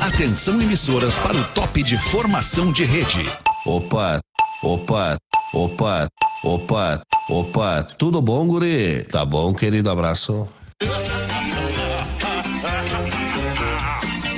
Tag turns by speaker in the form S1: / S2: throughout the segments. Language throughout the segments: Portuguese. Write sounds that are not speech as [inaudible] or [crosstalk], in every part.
S1: Atenção emissoras para o top de formação de rede.
S2: Opa, opa, opa, opa, opa. Tudo bom, guri? Tá bom, querido? Abraço.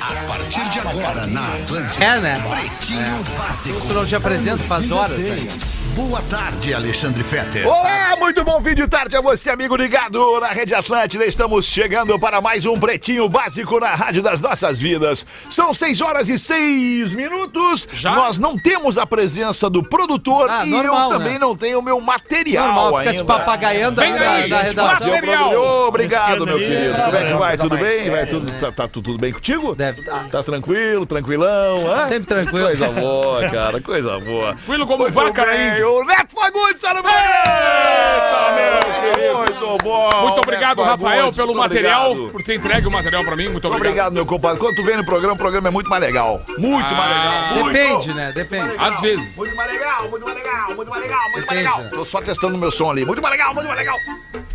S1: A partir
S3: Ah,
S1: de agora na Atlântida.
S3: É, né?
S1: Pretinho Básico.
S3: Tu não te apresenta faz horas, né? velho.
S1: Boa tarde, Alexandre Fetter.
S4: Olá, muito bom fim de tarde a você, amigo ligado na Rede Atlântida. Estamos chegando para mais um Pretinho Básico na Rádio das Nossas Vidas. São seis horas e seis minutos.
S3: Já?
S4: Nós não temos a presença do produtor
S3: Ah,
S4: e
S3: normal,
S4: eu também
S3: né?
S4: não tenho o meu material
S3: Normal, fica
S4: ainda.
S3: se papagaiando
S5: Vem
S3: na,
S5: aí,
S3: na
S5: gente, um-
S3: redação.
S5: fazer
S4: Seu produtor, obrigado, meu
S5: Escândalo.
S4: querido.
S5: É,
S4: Como é que vai? Tudo
S5: mais
S4: bem? Vai
S5: séria,
S4: tudo, tá, tá tudo bem contigo?
S3: Deve tá.
S4: Tá tranquilo, tranquilão, hã?
S3: Sempre tranquilo.
S4: Coisa boa, cara, coisa boa.
S5: Tranquilo como
S4: Muito
S5: vaca
S4: bem,
S5: índia.
S4: O Neto Fagundes está no meio!
S5: Eita, meu querido.
S4: Muito bom!
S5: Muito obrigado,
S4: Neto
S5: Rafael,
S4: Fagundes,
S5: pelo
S4: muito
S5: material,
S4: obrigado.
S5: por ter entregue o material pra mim. Muito
S4: Muito
S5: obrigado.
S4: obrigado, meu compadre. Quando tu vem no programa, o programa é muito mais legal. Muito
S5: Ah.
S4: mais legal. Muito.
S3: Depende, né? Depende.
S5: Às vezes.
S4: Muito mais legal, muito mais legal, muito mais legal, muito mais
S3: Depende,
S4: legal.
S3: né?
S4: Tô só testando meu som ali. Muito mais legal, muito mais legal.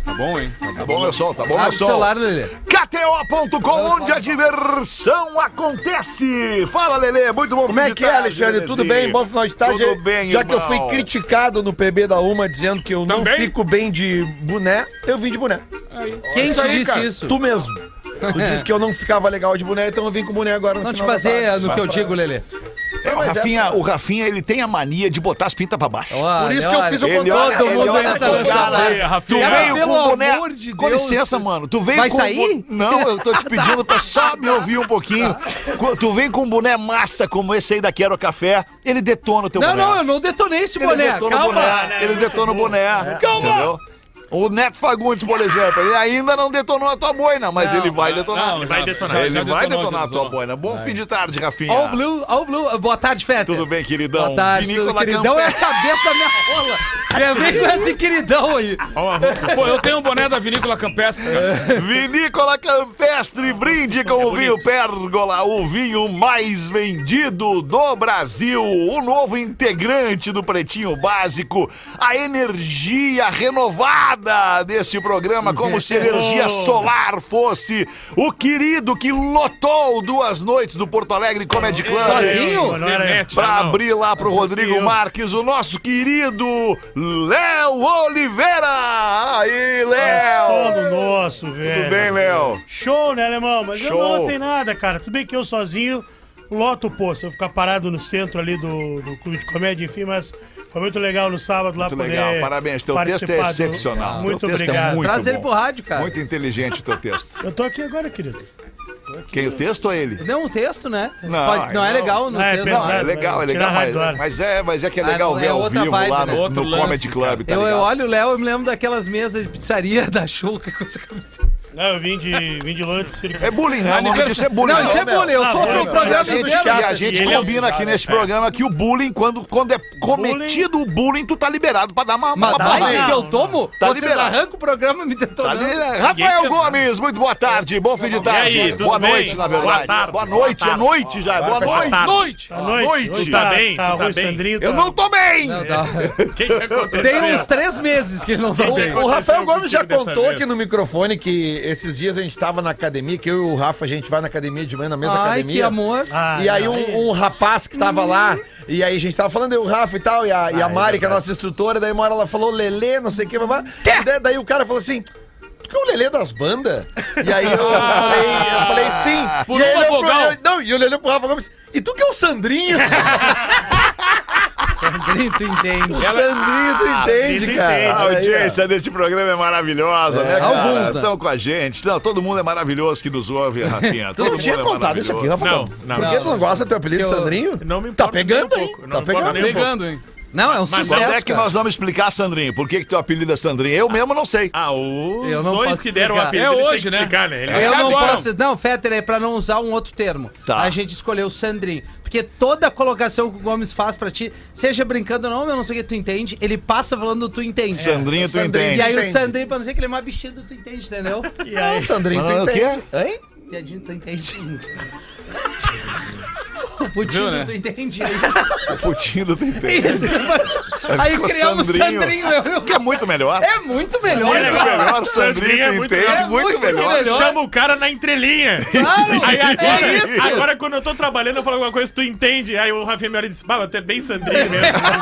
S5: Tá bom, hein?
S4: Tá bom meu som, tá bom
S3: Abre
S4: meu
S3: o
S4: som.
S3: celular, Lelê.
S4: KTO.com, onde a diversão acontece. Fala, Lelê, muito bom
S6: Como é que é, Alexandre? Tudo bem? Bom final de tarde.
S4: Tudo bem,
S6: Já que eu
S4: irmão.
S6: fui criticado no PB da Uma dizendo que eu não
S5: Também?
S6: fico bem de boné, eu vim de boné.
S3: Quem
S5: Isso
S3: te
S5: aí,
S3: disse
S5: cara.
S3: isso? É.
S6: Tu mesmo. Tu disse que eu não ficava legal de boné, então eu vim com boné agora no
S3: Não te
S6: final da tarde.
S3: baseia no que eu digo, Lelê.
S4: É, o,
S6: mas é-
S4: Rafinha, o Rafinha, ele tem a mania de botar as pintas pra baixo.
S6: Por isso que eu fiz o
S4: Ele
S6: contrário.
S4: olha-
S3: Todo
S4: ele
S3: mundo
S4: olha
S3: ainda tá
S4: pro
S3: lançando
S4: cara
S3: lá.
S5: aí,
S4: Tu
S5: Rafinha.
S3: Cara,
S4: veio
S3: pelo
S4: com o
S3: amor
S4: boné.
S3: de
S4: com
S3: Deus.
S4: licença, mano. Tu veio
S3: Vai
S4: com o bo-
S3: sair?
S4: Não, eu tô te pedindo pra só me ouvir um
S6: [laughs]
S4: pouquinho. Qu- Tu vem com um boné massa como esse aí da Quero Café, ele detona o teu
S3: Não,
S4: boné.
S3: não, eu não detonei esse
S4: ele
S3: boné.
S4: detona o
S3: Calma.
S4: boné. né, Ele detona o boné. Calma. Entendeu? O Neto Fagundes, por exemplo, ele ainda não detonou a tua boina, mas ele vai detonar.
S5: não, ele vai detonar.
S4: Ele
S5: Já
S4: vai
S5: detonou,
S4: detonar
S5: já
S4: a tua
S5: detonou.
S4: boina. Bom fim de tarde, Rafinha.
S3: Ó o Blue, ó o Blue. Boa tarde, Feta.
S4: Tudo bem, queridão?
S3: Boa tarde,
S4: Vinícola
S3: queridão é
S4: Campé.
S3: a cabeça da minha rola. Já vem com esse queridão aí.
S5: Pô, eu tenho um boné da Vinícola Campestre. cara.
S4: Vinícola Campestre, brinde com o vinho Pérgola, o vinho mais vendido do Brasil, o novo integrante do Pretinho Básico, a energia renovada deste programa, como se a energia solar fosse o querido que lotou duas noites do Porto Alegre Comedy Club.
S3: Sozinho?
S7: é
S5: Demete,
S4: Pra
S5: não.
S4: abrir lá pro Rodrigo Marques, o nosso querido Léo Oliveira! Aí,
S7: Só
S4: Léo!
S7: do nosso, velho.
S4: Tudo bem, Léo?
S7: Show, né, alemão? Mas
S4: Show.
S7: eu não notei nada, cara. Tudo bem que eu sozinho loto o posto. Eu ficar parado no centro ali do, do Clube de Comédia, enfim, mas foi muito legal no sábado lá
S4: Muito
S7: poder
S4: legal, parabéns. Teu texto é
S7: participar do- Ah,
S4: excepcional. Teu
S7: Muito
S4: texto é
S7: obrigado.
S4: muito-
S3: Traz ele
S4: bom.
S3: pro rádio, cara.
S4: Muito inteligente o teu texto.
S7: Eu tô aqui agora, querido.
S4: Quem o texto ou ele?
S3: Não, o texto, né?
S4: Não,
S3: Pode- não é
S4: não.
S3: legal no
S7: Ah, é
S3: texto. né?
S7: pesado.
S4: Não, é legal, é legal,
S7: Tirar
S4: mas,
S7: raio do ar.
S4: mas é, mas é que é
S3: Ah,
S4: legal
S3: não, é
S4: ver ao
S3: outra
S4: vivo
S3: vibe,
S4: lá
S3: né?
S4: no,
S5: Outro
S4: no
S5: lance,
S4: Comedy Club, tá
S3: Eu, eu
S4: ligado?
S3: olho o Léo e me lembro daquelas mesas de pizzaria [laughs] da Xuca com os camisetas.
S7: Não, eu vim de, vim de Londres.
S4: É bullying, né? O nome disso é bullying.
S3: Não, isso é
S4: né?
S3: bullying. Eu
S7: tá
S3: sofro
S7: bom,
S3: o
S7: meu.
S4: E a
S3: programa
S4: gente,
S3: inteiro.
S4: e a gente
S7: Ele é
S4: combina aqui nesse programa que o bullying, quando, quando é cometido o bullying, tu tá liberado pra dar uma, uma
S3: Mas daí
S4: balada.
S3: que eu tomo,
S4: Tá
S3: vocês
S4: liberado.
S3: arrancam o programa me
S4: Tá
S3: detonando.
S4: ali, né? Rafael Gomes, muito boa tarde, bom fim de tarde.
S8: aí, tudo
S4: boa
S8: bem?
S4: noite, na
S8: Boa
S4: verdade. Boa,
S8: tarde,
S4: noite,
S8: boa
S4: é noite já, boa noite.
S8: tarde.
S5: Noite!
S7: A noite.
S4: noite.
S7: hoje
S4: Tá
S8: bem,
S7: Tá,
S8: tu tá
S7: ruim,
S8: bem.
S7: Sandrinho.
S4: Eu
S7: tá-
S4: não tô bem!
S3: Não, não.
S8: O que, que aconteceu?
S4: [laughs]
S3: Tem uns três meses que ele não toma.
S6: O Rafael
S8: Aconteceu
S6: Gomes já
S8: contigo dessa
S6: contou
S8: vez.
S6: aqui no microfone que esses dias a gente tava na academia, que eu e o Rafa, a gente vai na academia de manhã, na mesma
S3: Ai,
S6: academia.
S3: que amor.
S7: Ah,
S6: e aí
S7: não.
S6: um, um rapaz que tava lá, e aí a gente tava falando, eu, o Rafa e tal, e a, e a Mari, que é a nossa instrutora, daí uma hora ela falou Lelê, não sei o que, babá. E daí, daí o cara falou assim. Tu que é o Lelê das bandas? E aí eu, falei, eu falei sim.
S5: Por
S6: e aí
S5: uma
S6: ele olhou pro-
S5: vogal.
S6: Não, e ele olhou pro Rafa Gomes. E tu que é o Sandrinho?
S3: Sandrinho, tu entende.
S6: O Sandrinho, tu entende,
S7: Ele
S6: cara.
S7: entende.
S4: A audiência deste programa é maravilhosa, né,
S3: Alguns,
S4: cara?
S3: né?
S4: Estão com a gente. Não, todo mundo é maravilhoso que nos ouve, Rafinha. Todo
S6: Tu não
S4: mundo
S6: tinha
S4: é
S6: contado isso aqui,
S4: maravilhoso.
S6: Rafa?
S8: Não,
S6: Gomes?
S8: não.
S6: Por que tu não gosta do teu apelido de
S3: Eu-
S6: Sandrinho?
S8: Não me
S6: Tá
S8: importa
S6: pegando,
S8: nem um
S6: hein?
S8: pouco,
S6: Tá
S8: não me importa
S6: pegando.
S8: nem um pouco.
S5: Pegando, hein?
S3: Não, é um
S8: Mas
S3: sucesso.
S4: Quando é que
S3: cara.
S4: nós vamos explicar, Sandrinho? Por que, que teu apelido é Sandrinho? Eu mesmo não sei.
S8: Ah, os
S3: Eu não
S8: dois
S3: posso
S8: que deram o apelido.
S5: explicar.
S8: ele
S5: É
S8: tem
S5: hoje,
S8: que
S5: né?
S8: explicar, né? Ele
S3: Eu
S8: explica
S3: não
S8: agora.
S3: posso. Não, Fetter, é pra não usar um outro termo.
S4: Tá.
S3: A gente escolheu o Sandrinho. Porque toda colocação que o Gomes faz pra ti, seja brincando ou não, eu não sei o que tu entende, ele passa falando tu entende.
S4: Sandrinho, tu
S6: Sandrinho.
S4: É. entende.
S3: E aí o
S6: entende.
S3: é. Sandrinho, pra não ser que ele é mais bichinho do tu entende, entendeu?
S7: E aí,
S6: O Sandrinho, tu
S4: Mas o quê?
S6: entende. Hein?
S3: Piadinho, tu
S4: [laughs]
S3: entende. O putinho,
S5: Viu, né?
S3: tu entende.
S1: né?
S4: O Putinho, tu entende.
S3: [laughs] Isso, mano. Aí
S4: É ficou
S3: criamos
S4: Sandrinho.
S3: Sandrinho. eu- eu-
S4: Que é muito melhor.
S3: É muito melhor,
S4: Muito
S3: cara.
S4: melhor, Sandrinho,
S5: Sandrinho é
S4: tu
S5: muito
S4: entende?
S5: melhor.
S4: Muito,
S3: Muito
S4: melhor.
S3: melhor.
S1: Chama o cara na entrelinha.
S3: Claro,
S1: Aí agora,
S3: é isso.
S1: agora, quando eu tô trabalhando, eu falo alguma coisa, tu entende. Aí o Rafinha me olha e diz, pá, até bem Sandrinho mesmo.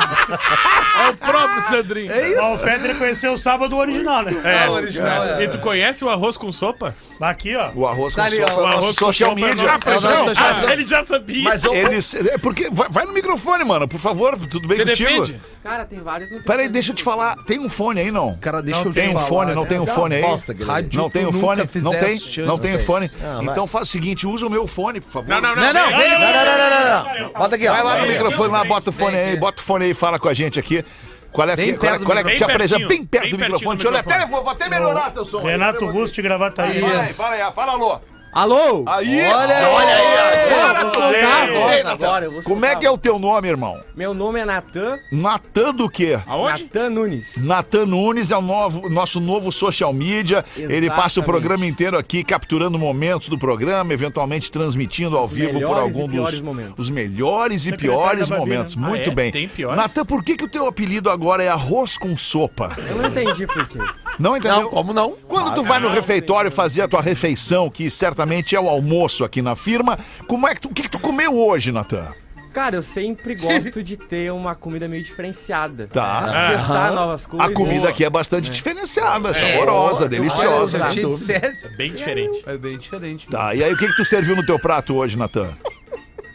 S5: É o próprio Sandrinho.
S7: Ó, o Pedro conheceu o sábado original, né?
S1: É.
S3: original, é.
S1: E tu conhece o arroz com sopa?
S7: Aqui, ó.
S4: O arroz com
S3: Tá ali,
S4: sopa
S3: ó,
S4: é o
S3: o
S4: nosso
S1: arroz com
S4: social
S1: sopa é
S4: media.
S1: nosso-
S4: É o nosso-
S3: Nossa,
S1: Ah,
S3: Sandrinho.
S1: ele já sabia.
S6: Mas ô,
S4: Eles, é porque vai, vai no microfone, mano, por favor, tudo bem
S5: Você
S4: contigo?
S5: depende.
S9: Cara, tem vários no
S4: Peraí, deixa eu te falar, tem um fone aí não?
S3: Cara, deixa eu te
S4: Tem um
S3: falar,
S4: fone, não
S3: né?
S4: tem um fone aí?
S6: bosta, Guilherme.
S3: Rádio,
S4: Não tem
S3: tu
S4: um
S3: nunca
S4: fone? Não
S3: fizeste
S4: tem? Não tem
S3: antes. né?
S4: fone?
S6: Ah,
S4: Então faz o seguinte, usa o meu fone, por favor.
S3: Não, não, vem,
S6: Não, não, não, não, não. Bota aqui, ó.
S4: Vai lá no
S6: Vem.
S4: microfone, lá, bota o fone
S3: Vem,
S4: aí,
S3: vem.
S4: bota o fone aí, fala com a gente aqui. Qual é,
S3: Bem
S4: que, qual é,
S3: perto do
S4: qual é que te
S1: microfone. Bem pertinho,
S4: apresenta? Bem perto
S1: bem
S4: do
S1: pertinho
S4: microfone.
S1: do
S4: Deixa eu olhar
S1: microfone.
S4: até, vou vou até melhorar teu som. aí,
S7: Renato
S4: pelo amor de
S7: Augusto de gravata aí.
S4: Deus. Fala aí, fala aí, fala alô.
S3: Alô?
S4: Aí,
S3: Olha,
S4: olha aí,
S3: aí.
S4: agora tu
S7: soltar
S4: veio.
S7: agora,
S4: Ei, Natan,
S9: agora, eu vou
S4: Como é
S9: soltar.
S4: que é o teu nome, irmão?
S9: Meu nome é Natan.
S4: Natan do quê?
S5: Aonde?
S9: Natan Nunes.
S4: Natan Nunes é o novo- nosso novo social media. Ele passa o
S9: Exatamente.
S4: programa inteiro aqui capturando momentos do programa, eventualmente transmitindo ao vivo por
S9: melhores
S4: algum
S9: e
S4: dos
S9: piores momentos.
S4: os melhores e
S7: Secretário
S4: piores
S7: da Babi,
S4: momentos.
S7: né?
S4: Muito
S1: é?
S4: bem.
S1: Tem piores?
S4: Natan, por que, que o teu apelido agora é arroz com sopa?
S9: Eu não entendi por quê.
S4: Não entendeu?
S6: Não, como não?
S4: Quando tu vai no refeitório fazer a tua refeição, que certamente é o almoço aqui na firma, como é que tu, o que, que tu comeu hoje, Natan?
S9: Cara, eu sempre gosto de ter uma comida meio diferenciada. Ah,
S4: Tá.
S9: Testar novas coisas.
S4: A comida aqui é bastante diferenciada, saborosa, deliciosa.
S3: Se a gente dissesse,
S1: Bem diferente.
S3: é bem diferente.
S4: Tá, e aí o que, que tu serviu no teu prato hoje, Natan?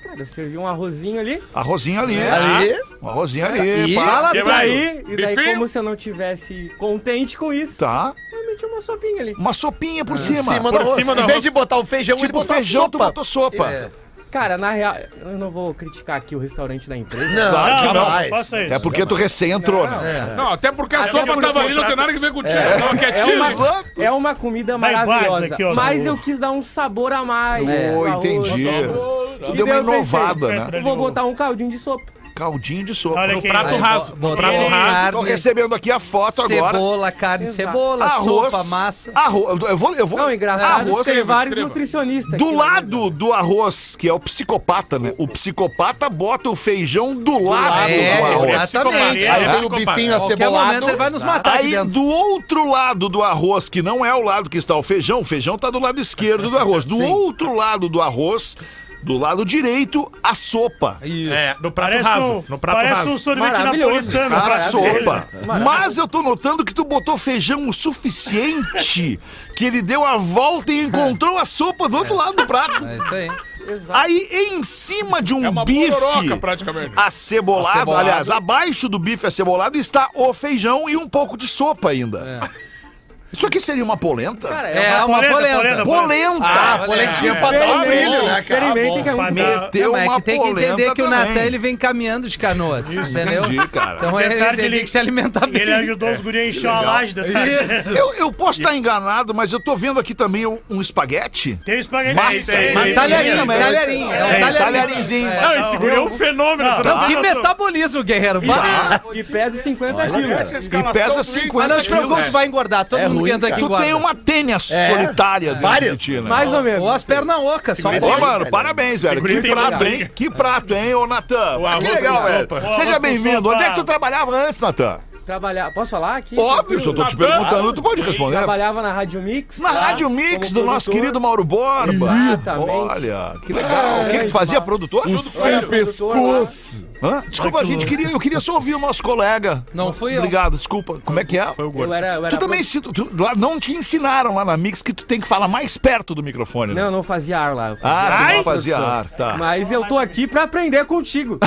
S9: Cara, eu servi um arrozinho ali.
S4: Arrozinho ali.
S6: Ali.
S4: Um arrozinho ali.
S3: E
S4: pá.
S3: fala
S5: Que
S3: tudo.
S5: mais?
S9: Aí, e daí,
S5: Bifinho.
S9: como se eu não tivesse contente com isso,
S4: Tá.
S9: eu meti uma sopinha ali.
S4: Uma sopinha por cima.
S6: do
S1: Por
S6: arroz.
S1: cima do
S6: Em vez
S1: arroz.
S6: de botar o feijão, ele
S4: Tipo
S6: botou
S4: feijão, tu
S6: sopa.
S4: botou sopa.
S9: Cara, na real, eu não vou criticar aqui o restaurante da empresa.
S6: Não,
S4: Claro que
S7: Não,
S4: não.
S7: não, faça isso.
S4: É porque tu recém entrou, né?
S5: Não, até porque a
S9: Até
S5: sopa
S9: porque
S5: tava ali, não tem nada que ver contigo. É. Tava
S9: É
S5: quietinho.
S9: uma,
S4: Exato.
S9: é uma comida
S7: Dá iguais
S9: maravilhosa.
S7: aqui, ó,
S9: mas
S7: no-
S9: eu quis dar um sabor a mais.
S4: Oh,
S9: no arroz.
S4: entendi. Tu deu uma
S9: daí eu pensei,
S4: inovada, né?
S7: Petra,
S9: Eu vou
S7: ali, o-
S9: botar um caldinho de sopa.
S4: Caldinho de sopa.
S7: Olha
S1: No
S7: aqui.
S1: prato
S3: Aí,
S1: raso.
S3: bo-
S1: No
S3: botei
S1: prato raso.
S4: Tô
S3: carne,
S4: recebendo aqui a foto agora.
S3: Cebola, carne,
S9: Exato.
S3: cebola,
S4: Arroz.
S3: sopa, massa.
S4: Arroz. Eu vou. Eu vou
S9: Não, engraçado,
S4: arroz.
S9: tem vários
S5: escreva.
S9: nutricionistas.
S4: Do
S9: aqui na mesa.
S4: lado do arroz, que é o psicopata, né? O psicopata bota o feijão do
S1: Ah,
S4: lado
S3: É,
S4: do arroz.
S7: Tá
S3: exatamente.
S1: Aí
S3: Aí
S6: né?
S1: vem o bifinho
S3: qualquer momento ele vai nos matar Tá aqui
S4: Aí
S3: dentro.
S4: do outro lado do arroz, que não é o lado que está o feijão, o feijão está do lado esquerdo do arroz. Do outro lado do arroz, do lado direito, a sopa.
S1: É, no prato
S7: Parece um,
S1: raso. No prato
S7: parece um
S1: raso.
S7: sorvete
S9: Maravilhoso.
S7: napolitano.
S4: A
S7: prato dele.
S4: sopa. Mas eu tô notando que tu botou feijão o suficiente que ele deu a volta e encontrou a sopa do outro lado do
S3: [laughs]
S4: prato.
S3: É isso aí.
S9: Exato.
S4: Aí em cima de um
S5: É uma
S4: bife
S5: pororoca, praticamente.
S4: acebolado,
S6: Acebolado.
S4: aliás, abaixo do bife acebolado está o feijão e um pouco de sopa ainda. Isso aqui seria uma polenta?
S9: Cara, é,
S3: É
S9: uma
S3: uma
S7: polenta,
S3: polenta.
S7: polenta.
S4: Polenta!
S6: Ah,
S5: É.
S6: polentinha pra dar um
S9: Experimentem,
S6: brilho, né, cara?
S9: Experimentem que é
S7: Pra
S9: muito
S7: dar-
S9: bom.
S4: Deu
S3: Não, mas é
S4: uma
S3: que tem que entender
S4: polenta
S3: que o
S4: também.
S3: Natan ele vem caminhando de canoas, entendeu?
S4: entendi, cara.
S3: Então ele,
S7: Detalhe,
S3: ele
S7: ele- tá
S3: tem que se alimentar
S7: Ele
S3: bem.
S7: ajudou os gurias a encher a
S4: legal.
S7: laje. tá detalhe.
S3: Isso.
S4: Eu, eu posso estar enganado, mas eu tô vendo aqui também um, um espaguete.
S7: Tem espaguete.
S4: Massa,
S7: Tem, tem,
S4: massa.
S7: tem.
S3: Talherinho,
S4: Também.
S3: talherinho. É
S4: É,
S3: um talherinho.
S4: talherinzinho.
S1: Não, esse guri é um fenômeno. tu
S7: tá
S3: Não, que
S1: tem noção.
S3: metabolismo, guerreiro. Vai.
S9: E pesa 50 quilos.
S4: E pesa
S3: Mas
S4: 50
S3: não te preocupe,
S4: quilos.
S3: vai engordar. Todo
S6: É
S3: mundo
S6: ruim,
S3: que entra
S6: cara.
S3: aqui
S4: Tu tem
S3: engorda.
S4: uma tênia solitária dentro
S6: Várias.
S4: de ti, né?
S9: Mais ou menos.
S3: Ou as pernas ocas, só
S4: Ô,
S3: pode.
S4: mano, parabéns, velho. Que
S1: Segurita, hein,
S4: prato,
S1: cara?
S4: hein? Que prato, hein, ô Natan?
S1: O arroz
S4: Que legal,
S1: com
S4: velho.
S1: sopa.
S7: O arroz
S4: Seja
S7: com
S4: bem-vindo.
S7: sopa.
S4: Onde é que tu trabalhava antes, Natan?
S9: Trabalhar. Posso falar aqui?
S4: Óbvio, se eu tô te
S5: Natan.
S4: perguntando, tu pode responder.
S9: Trabalhava na Rádio Mix.
S4: Na
S9: tá?
S4: Rádio Mix
S9: Como
S4: do nosso
S9: produtor.
S4: querido Mauro Borba.
S9: Exatamente.
S4: Olha, que legal. O que, que tu fazia,
S9: Mauro.
S4: produtor?
S5: sem
S9: pescoço.
S4: Hã? Desculpa, a gente queria, eu queria só ouvir o nosso colega.
S3: Não fui eu.
S4: Obrigado, desculpa. Como é que é?
S9: Eu era, eu era
S4: Tu também se, tu, tu- lá, não te ensinaram lá na Mix que tu tem que falar mais perto do microfone. né?
S9: Não, não fazia ar lá. eu fazia
S4: Ah, tu não
S9: outra
S4: fazia
S9: pessoa.
S4: ar, tá.
S9: Mas eu tô aqui pra
S4: [laughs]
S9: aprender contigo.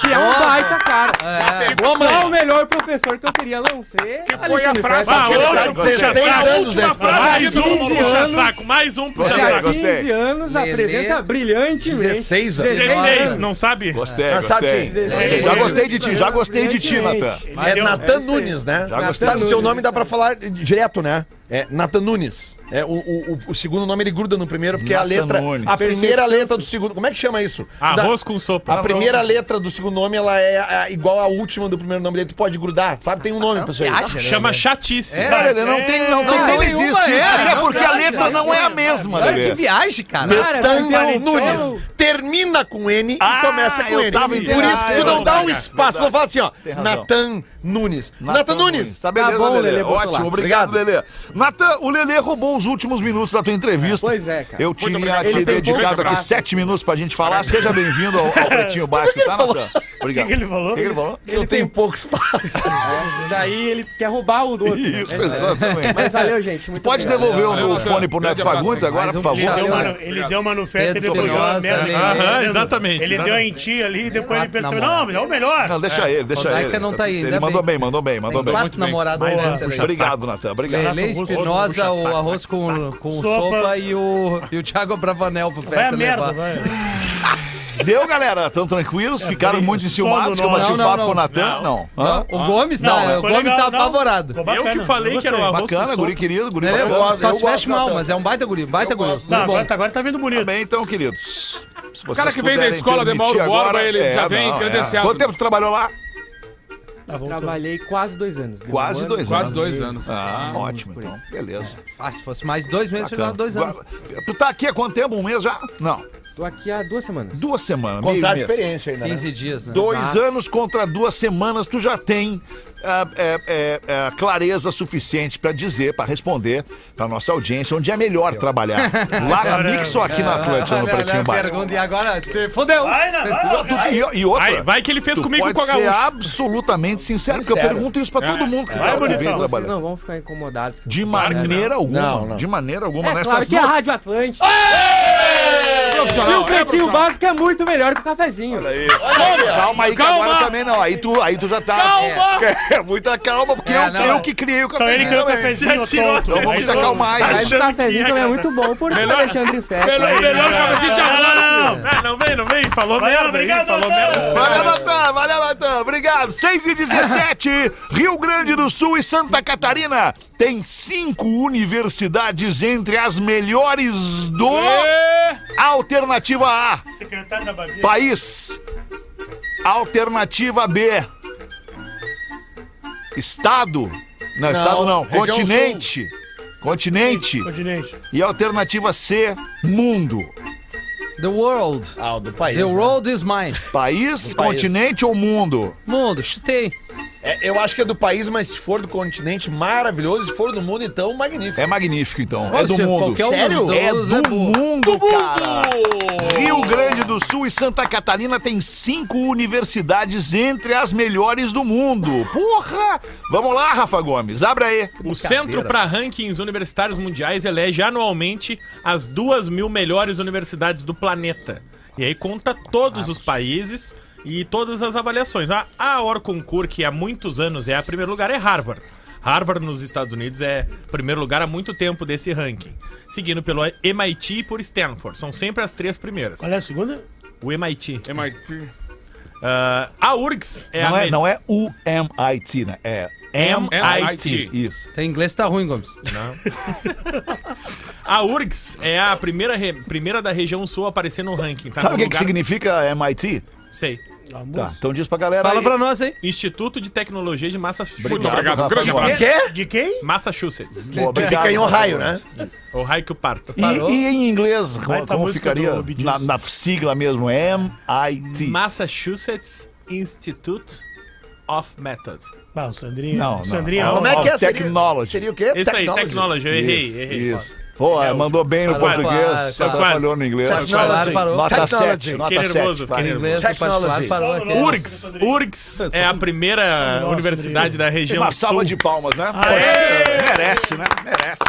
S9: que é um baita cara.
S6: Pegou,
S9: Qual é o
S6: mano.
S9: melhor professor que eu queria não ser?
S5: foi a
S9: Alexandre
S5: frase
S9: Fetter.
S1: Ah, outro puxa
S6: 16
S1: saco.
S6: anos né?
S5: última frase.
S6: desse programa.
S1: Mais um
S9: 15
S1: puxa
S9: anos.
S1: saco. Mais um puxa
S4: Gostei,
S1: saco.
S9: Já
S4: gostei.
S9: 15 anos,
S3: Lelê.
S9: apresenta brilhantemente.
S6: 16 anos.
S1: 16, não sabe?
S4: Gostei,
S6: Mas sabe
S4: gostei.
S6: que-
S4: Gostei. Já gostei de ti, já gostei de ti, Natan.
S6: É Natan
S9: É isso aí.
S6: Nunes, né?
S4: Já
S6: Sabe,
S4: gostei.
S6: Seu nome dá pra falar direto, né? É Nathan Nunes. É, o, o, o- o segundo nome ele gruda no primeiro, porque é a
S4: Nathan
S6: letra.
S4: Nunes. Ah,
S6: A primeira letra do segundo. Como é que chama isso?
S9: Arroz com sopa.
S7: Tá
S6: A primeira letra do segundo nome ela é, a- igual à última do primeiro nome dele. Tu pode grudar, sabe? Tem um nome pra isso aí.
S3: Viaja, né,
S9: Chama
S3: velho?
S9: chatice.
S3: É.
S4: Cara, não tem, não tem,
S3: Não,
S4: não
S3: nenhuma
S4: existe
S3: é,
S4: isso.
S3: é
S4: Até porque a
S3: verdade,
S4: letra não é a mesma,
S3: Cara, que
S4: né?
S3: viagem, cara.
S1: Cara, vai ter
S6: Nathan
S1: um
S6: Nunes.
S1: show.
S6: Termina com N e
S4: Ah,
S6: começa com
S4: eu
S6: N.
S4: tava
S6: Por
S4: entendendo.
S6: isso que tu
S4: Ah,
S6: não
S4: é
S6: dá um
S4: verdade,
S6: espaço. Tu
S4: verdade.
S6: fala assim, ó.
S4: Tem razão.
S6: Nathan Nunes. Nathan Nunes.
S4: Tá beleza,
S1: Tá bom,
S4: Lelê.
S1: Lelê, botou
S4: Ótimo,
S1: lá.
S4: obrigado,
S6: Obrigado.
S4: Lelê. Natan, o Lelê roubou os últimos minutos da tua entrevista.
S1: É, pois é, cara.
S4: Eu
S1: Muito
S4: tinha
S1: obrigado.
S4: te
S1: Ele tem
S4: dedicado
S1: poucos
S4: aqui
S1: braços.
S4: sete minutos pra gente falar. Seja bem-vindo ao, ao Pretinho Básico, tá, Natan? Obrigado.
S7: O que que ele falou?
S4: O que que ele falou?
S6: Eu tenho pouco espaço.
S1: Daí ele quer roubar o do
S4: [laughs]
S1: outro. né?
S4: Isso, exatamente.
S1: Mas valeu, gente. Muito
S4: Pode
S1: obrigado.
S4: devolver
S5: Valeu,
S4: o, o
S5: Natan.
S4: fone pro Neto
S5: Grande abraço,
S4: Fagundes
S5: hein?
S4: agora,
S3: Mais um
S4: por favor.
S7: Ele deu, uma,
S3: Obrigado.
S7: ele deu uma no Feta e
S3: Pedro
S7: depois deu uma
S3: Espinosa,
S7: merda.
S3: né?
S7: Ele tá
S9: Aham,
S7: dizendo.
S9: exatamente,
S7: Ele deu em
S9: exatamente.
S7: ti ali e depois ele percebeu,
S3: namorado.
S7: não, me dá o melhor.
S4: Não, deixa ele, deixa
S3: Rodaica
S4: ele.
S3: não tá aí,
S4: Ele
S3: ainda
S4: mandou
S3: bem.
S4: bem, mandou bem, mandou
S3: Tem
S4: bem.
S3: quatro namorados
S7: Boa.
S3: ontem,
S7: Puxa
S3: né?
S4: Obrigado, Natan. Obrigado.
S3: Lele
S7: Russo,
S3: Espinosa,
S9: puxa
S3: o
S9: saco,
S3: arroz
S9: puxa
S3: com, com sopa.
S7: Sopa.
S3: e o, e o Thiago Bravanel pro
S7: Vai a
S3: Feta
S7: merda,
S3: levar.
S7: vai.
S4: Deu, galera? Tão tranquilos?
S5: É,
S4: Ficaram muito enciumados que eu
S7: Não,
S4: bati o
S3: não,
S4: papo
S3: não.
S4: com o Natan? Não. Hã?
S3: O Gomes
S7: Não,
S3: tá, o
S7: foi
S3: Gomes
S7: legal,
S3: tá
S7: não.
S3: apavorado.
S7: Ficou bacana,
S9: Eu que falei que era
S7: gostei.
S9: o arroz
S4: Bacana,
S9: com
S4: guri
S9: sopa.
S4: querido, guri
S3: Ele é
S4: bacana.
S3: bom, só
S6: eu
S3: se
S6: gosto
S3: veste mal,
S6: tanto.
S3: mas é um baita guri, baita guri. Muito
S7: Não,
S3: bom.
S7: agora, tá- agora tá vindo bonito.
S4: Tá bem, então, queridos. Se vocês
S5: O cara que vem da
S4: puderem
S5: escola de Mauro
S4: permitir
S5: Borba, ele já vem credenciado.
S4: é, Quanto tempo tu trabalhou lá?
S7: Tá, voltou.
S1: Trabalhei quase dois anos. Deu
S4: Quase
S1: um ano,
S4: dois
S5: Quase
S4: anos.
S5: dois anos.
S4: Ah, ótimo, então. Beleza.
S3: Ah, se fosse mais dois meses,
S4: Bacana.
S3: chegava dois anos.
S4: Gua- Tu tá aqui há quanto tempo? Um mês já? Não.
S1: Tô aqui há duas semanas.
S4: Duas semanas. meio
S6: Contar a
S4: mês.
S6: experiência ainda. né?
S3: 15 dias, né?
S4: Dois anos contra duas semanas, tu já tem ah, é, é, é, clareza suficiente pra dizer, pra responder pra nossa audiência onde é melhor trabalhar. Lá na Mix ou aqui na Atlântida,
S3: Olha,
S4: no
S3: olha
S4: Pretinho
S3: a
S4: Básico?
S3: pergunta, e agora você fodeu.
S7: Vai, né? Vai, vai.
S4: E, e outra,
S9: Vai, vai que ele fez
S4: tu
S9: comigo e com a
S4: pode ser
S9: gaúcha.
S4: absolutamente sincero, porque eu
S6: Sincero.
S4: pergunto isso pra todo mundo que
S7: Vai,
S4: tá
S7: bonitão.
S4: ouvindo
S7: Vocês
S1: Vocês
S4: trabalhando.
S1: não vão ficar incomodados.
S4: De maneira alguma,
S6: Não, não.
S4: de maneira alguma,
S1: É claro
S4: nessas
S1: que é a
S4: duas...
S1: Rádio Atlântica.
S9: Ah,
S5: Profissional,
S1: E o
S5: é
S1: pretinho
S5: profissional.
S1: básico é muito melhor que o cafezinho.
S4: Calma aí,
S5: Calma.
S4: que agora também não. Aí tu, aí tu já tá.
S3: Calma.
S4: [laughs] É, muita calma, porque
S3: É,
S4: eu,
S3: não.
S4: eu que criei o
S7: Então ele
S4: cafezinho
S7: criou o
S4: também.
S7: cafezinho,
S9: Já tirou,
S7: tonto.
S4: Então vamos se
S7: Aí,
S4: acalmar aí.
S1: Mas o
S4: aí.
S1: cafezinho também é muito bom, porque o
S5: Melhor-
S1: Alexandre Fett.
S5: Melhor, melhor cabecinha de
S7: Não,
S5: agora.
S7: não, não.
S9: Ah, não vem, não vem. Falou
S7: Valeu,
S9: merda.
S7: obrigado,
S9: Obrigado, falou
S7: Antônio.
S9: merda.
S4: Valeu, Natan, valeu, Natan. Obrigado. 6 e 17, Rio Grande do Sul e Santa Catarina. Tem cinco universidades entre as melhores do
S5: Ah,
S4: Alternativa A.
S7: Secretário da Bahia.
S4: País. Alternativa B. Estado. Não, estado não.
S6: região
S4: Continente. Continente.
S7: Continente.
S4: E alternativa C, mundo.
S3: The world.
S6: Ah, o do país.
S3: The
S6: né?
S3: world is mine.
S4: País,
S3: Um
S6: Do país.
S4: continente ou mundo?
S3: Mundo, chutei.
S6: É, eu acho que é do país, mas se for do continente, maravilhoso. Se for do mundo, então, magnífico.
S4: É magnífico, então. é
S3: Pode
S4: do
S3: ser
S4: mundo.
S3: qualquer um dos
S4: Sério? É
S3: dois,
S4: do
S3: é boa.
S4: mundo, cara. Rio Grande do Sul e Santa Catarina tem cinco universidades entre as melhores do mundo. Porra! Vamos lá, Rafa Gomes, abra aí.
S9: O Centro para Rankings Universitários Mundiais elege anualmente as duas mil melhores universidades do planeta. E aí conta todos os países e todas as avaliações. A, a Orconcourt, que há muitos anos é a primeiro lugar, é Harvard. Harvard nos Estados Unidos é primeiro lugar há muito tempo desse ranking. Seguindo pelo MIT e por Stanford. São sempre as três primeiras.
S7: Qual é a segunda?
S9: O MIT.
S5: MIT.
S9: Ah, a URGS é
S4: não,
S9: a
S4: é,
S9: me-
S4: não é U-M-I-T, né? É
S9: MIT.
S4: isso.
S3: Tem inglês tá ruim, Gomes.
S9: A URGS é a primeira, re- primeira da região sul a aparecer no ranking. Tá
S4: Sabe o
S9: No
S4: que, que
S9: lugar-
S4: significa MIT?
S9: Sei.
S4: Tá, então diz pra galera
S3: Fala
S4: aí.
S3: pra nós, hein?
S9: Instituto de Tecnologia de Massachusetts.
S5: Muito obrigado. Um grande
S4: Rafa.
S5: abraço.
S6: Quê?
S7: De quem?
S9: Massachusetts.
S4: Pô,
S6: Que
S4: obrigado,
S6: fica em
S4: Rafa
S6: Ohio,
S4: Gomes.
S6: né?
S9: O raio que eu parto.
S4: E, e em inglês,
S7: Vai pra
S4: como
S7: música
S4: ficaria?
S7: do Obi
S4: Na,
S7: Diz.
S4: na sigla mesmo, MIT.
S9: Massachusetts Institute of Method.
S7: Ah, o Sandrinho.
S4: Não,
S7: O Sandrinho
S4: não.
S7: é
S6: Como
S7: um-
S6: é que é? Seria-
S4: Technology.
S6: Seria o quê?
S9: Isso aí, Technology. Eu errei, errei.
S4: Isso. Pô,
S3: É,
S4: mandou bem no
S3: Quase,
S4: português,
S3: quase,
S4: só
S3: quase.
S4: atrapalhou no inglês.
S6: Quase.
S3: Claro, parou.
S4: Nota
S6: Technology.
S4: 7,
S9: Fiquei
S4: nota
S9: nervoso,
S4: 7.
S9: fiquei nervoso.
S3: Inglês do particular
S6: Technology.
S3: parou. aqui.
S9: URGS. URGS é a primeira
S7: Nossa,
S9: universidade da região
S4: Uma salva
S9: sul.
S4: de palmas, né?
S9: Aê!
S4: Merece, né? Merece.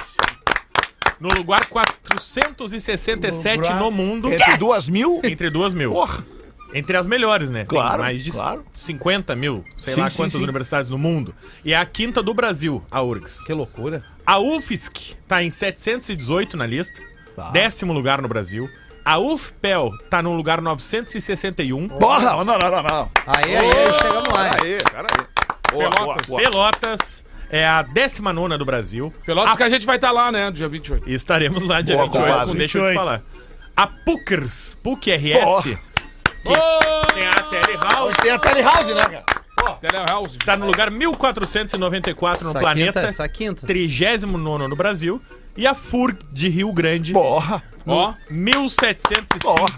S9: No lugar 467 no mundo.
S4: Entre duas mil,
S9: Entre duas mil.
S4: porra.
S9: Entre as melhores, né?
S4: Claro,
S9: Tem mais de
S4: claro.
S9: 50 mil, sei
S4: Sim,
S9: lá
S4: sim,
S9: quantas
S4: sim.
S9: universidades no mundo. E é a quinta do Brasil, a URGS.
S3: Que loucura.
S9: A UFSC tá em 718 na lista,
S4: Tá.
S9: décimo lugar no Brasil. A UFPEL tá no lugar 961.
S4: Porra, não, não, não, não.
S3: Aí, aí, aí, chegamos lá. hein?
S4: Aí, cara aí. Boa, boa,
S9: Pelotas é a 19 do Brasil.
S5: Pelotas que a gente vai estar lá, né? Dia 28.
S9: E estaremos lá dia
S4: Boa,
S9: 28,
S4: compadre.
S9: não deixa eu te
S7: 28.
S9: falar. A PUCRS, PUC-RS, tem a Telehouse,
S6: Ah, Tem a Telehouse, né, cara?
S5: Telehouse.
S9: tá no lugar 1494 no
S3: Essa
S9: planeta,
S3: quinta, essa quinta.
S9: 39 no Brasil. E a FURG de Rio Grande,
S4: Porra.
S5: Ó.
S9: 1705.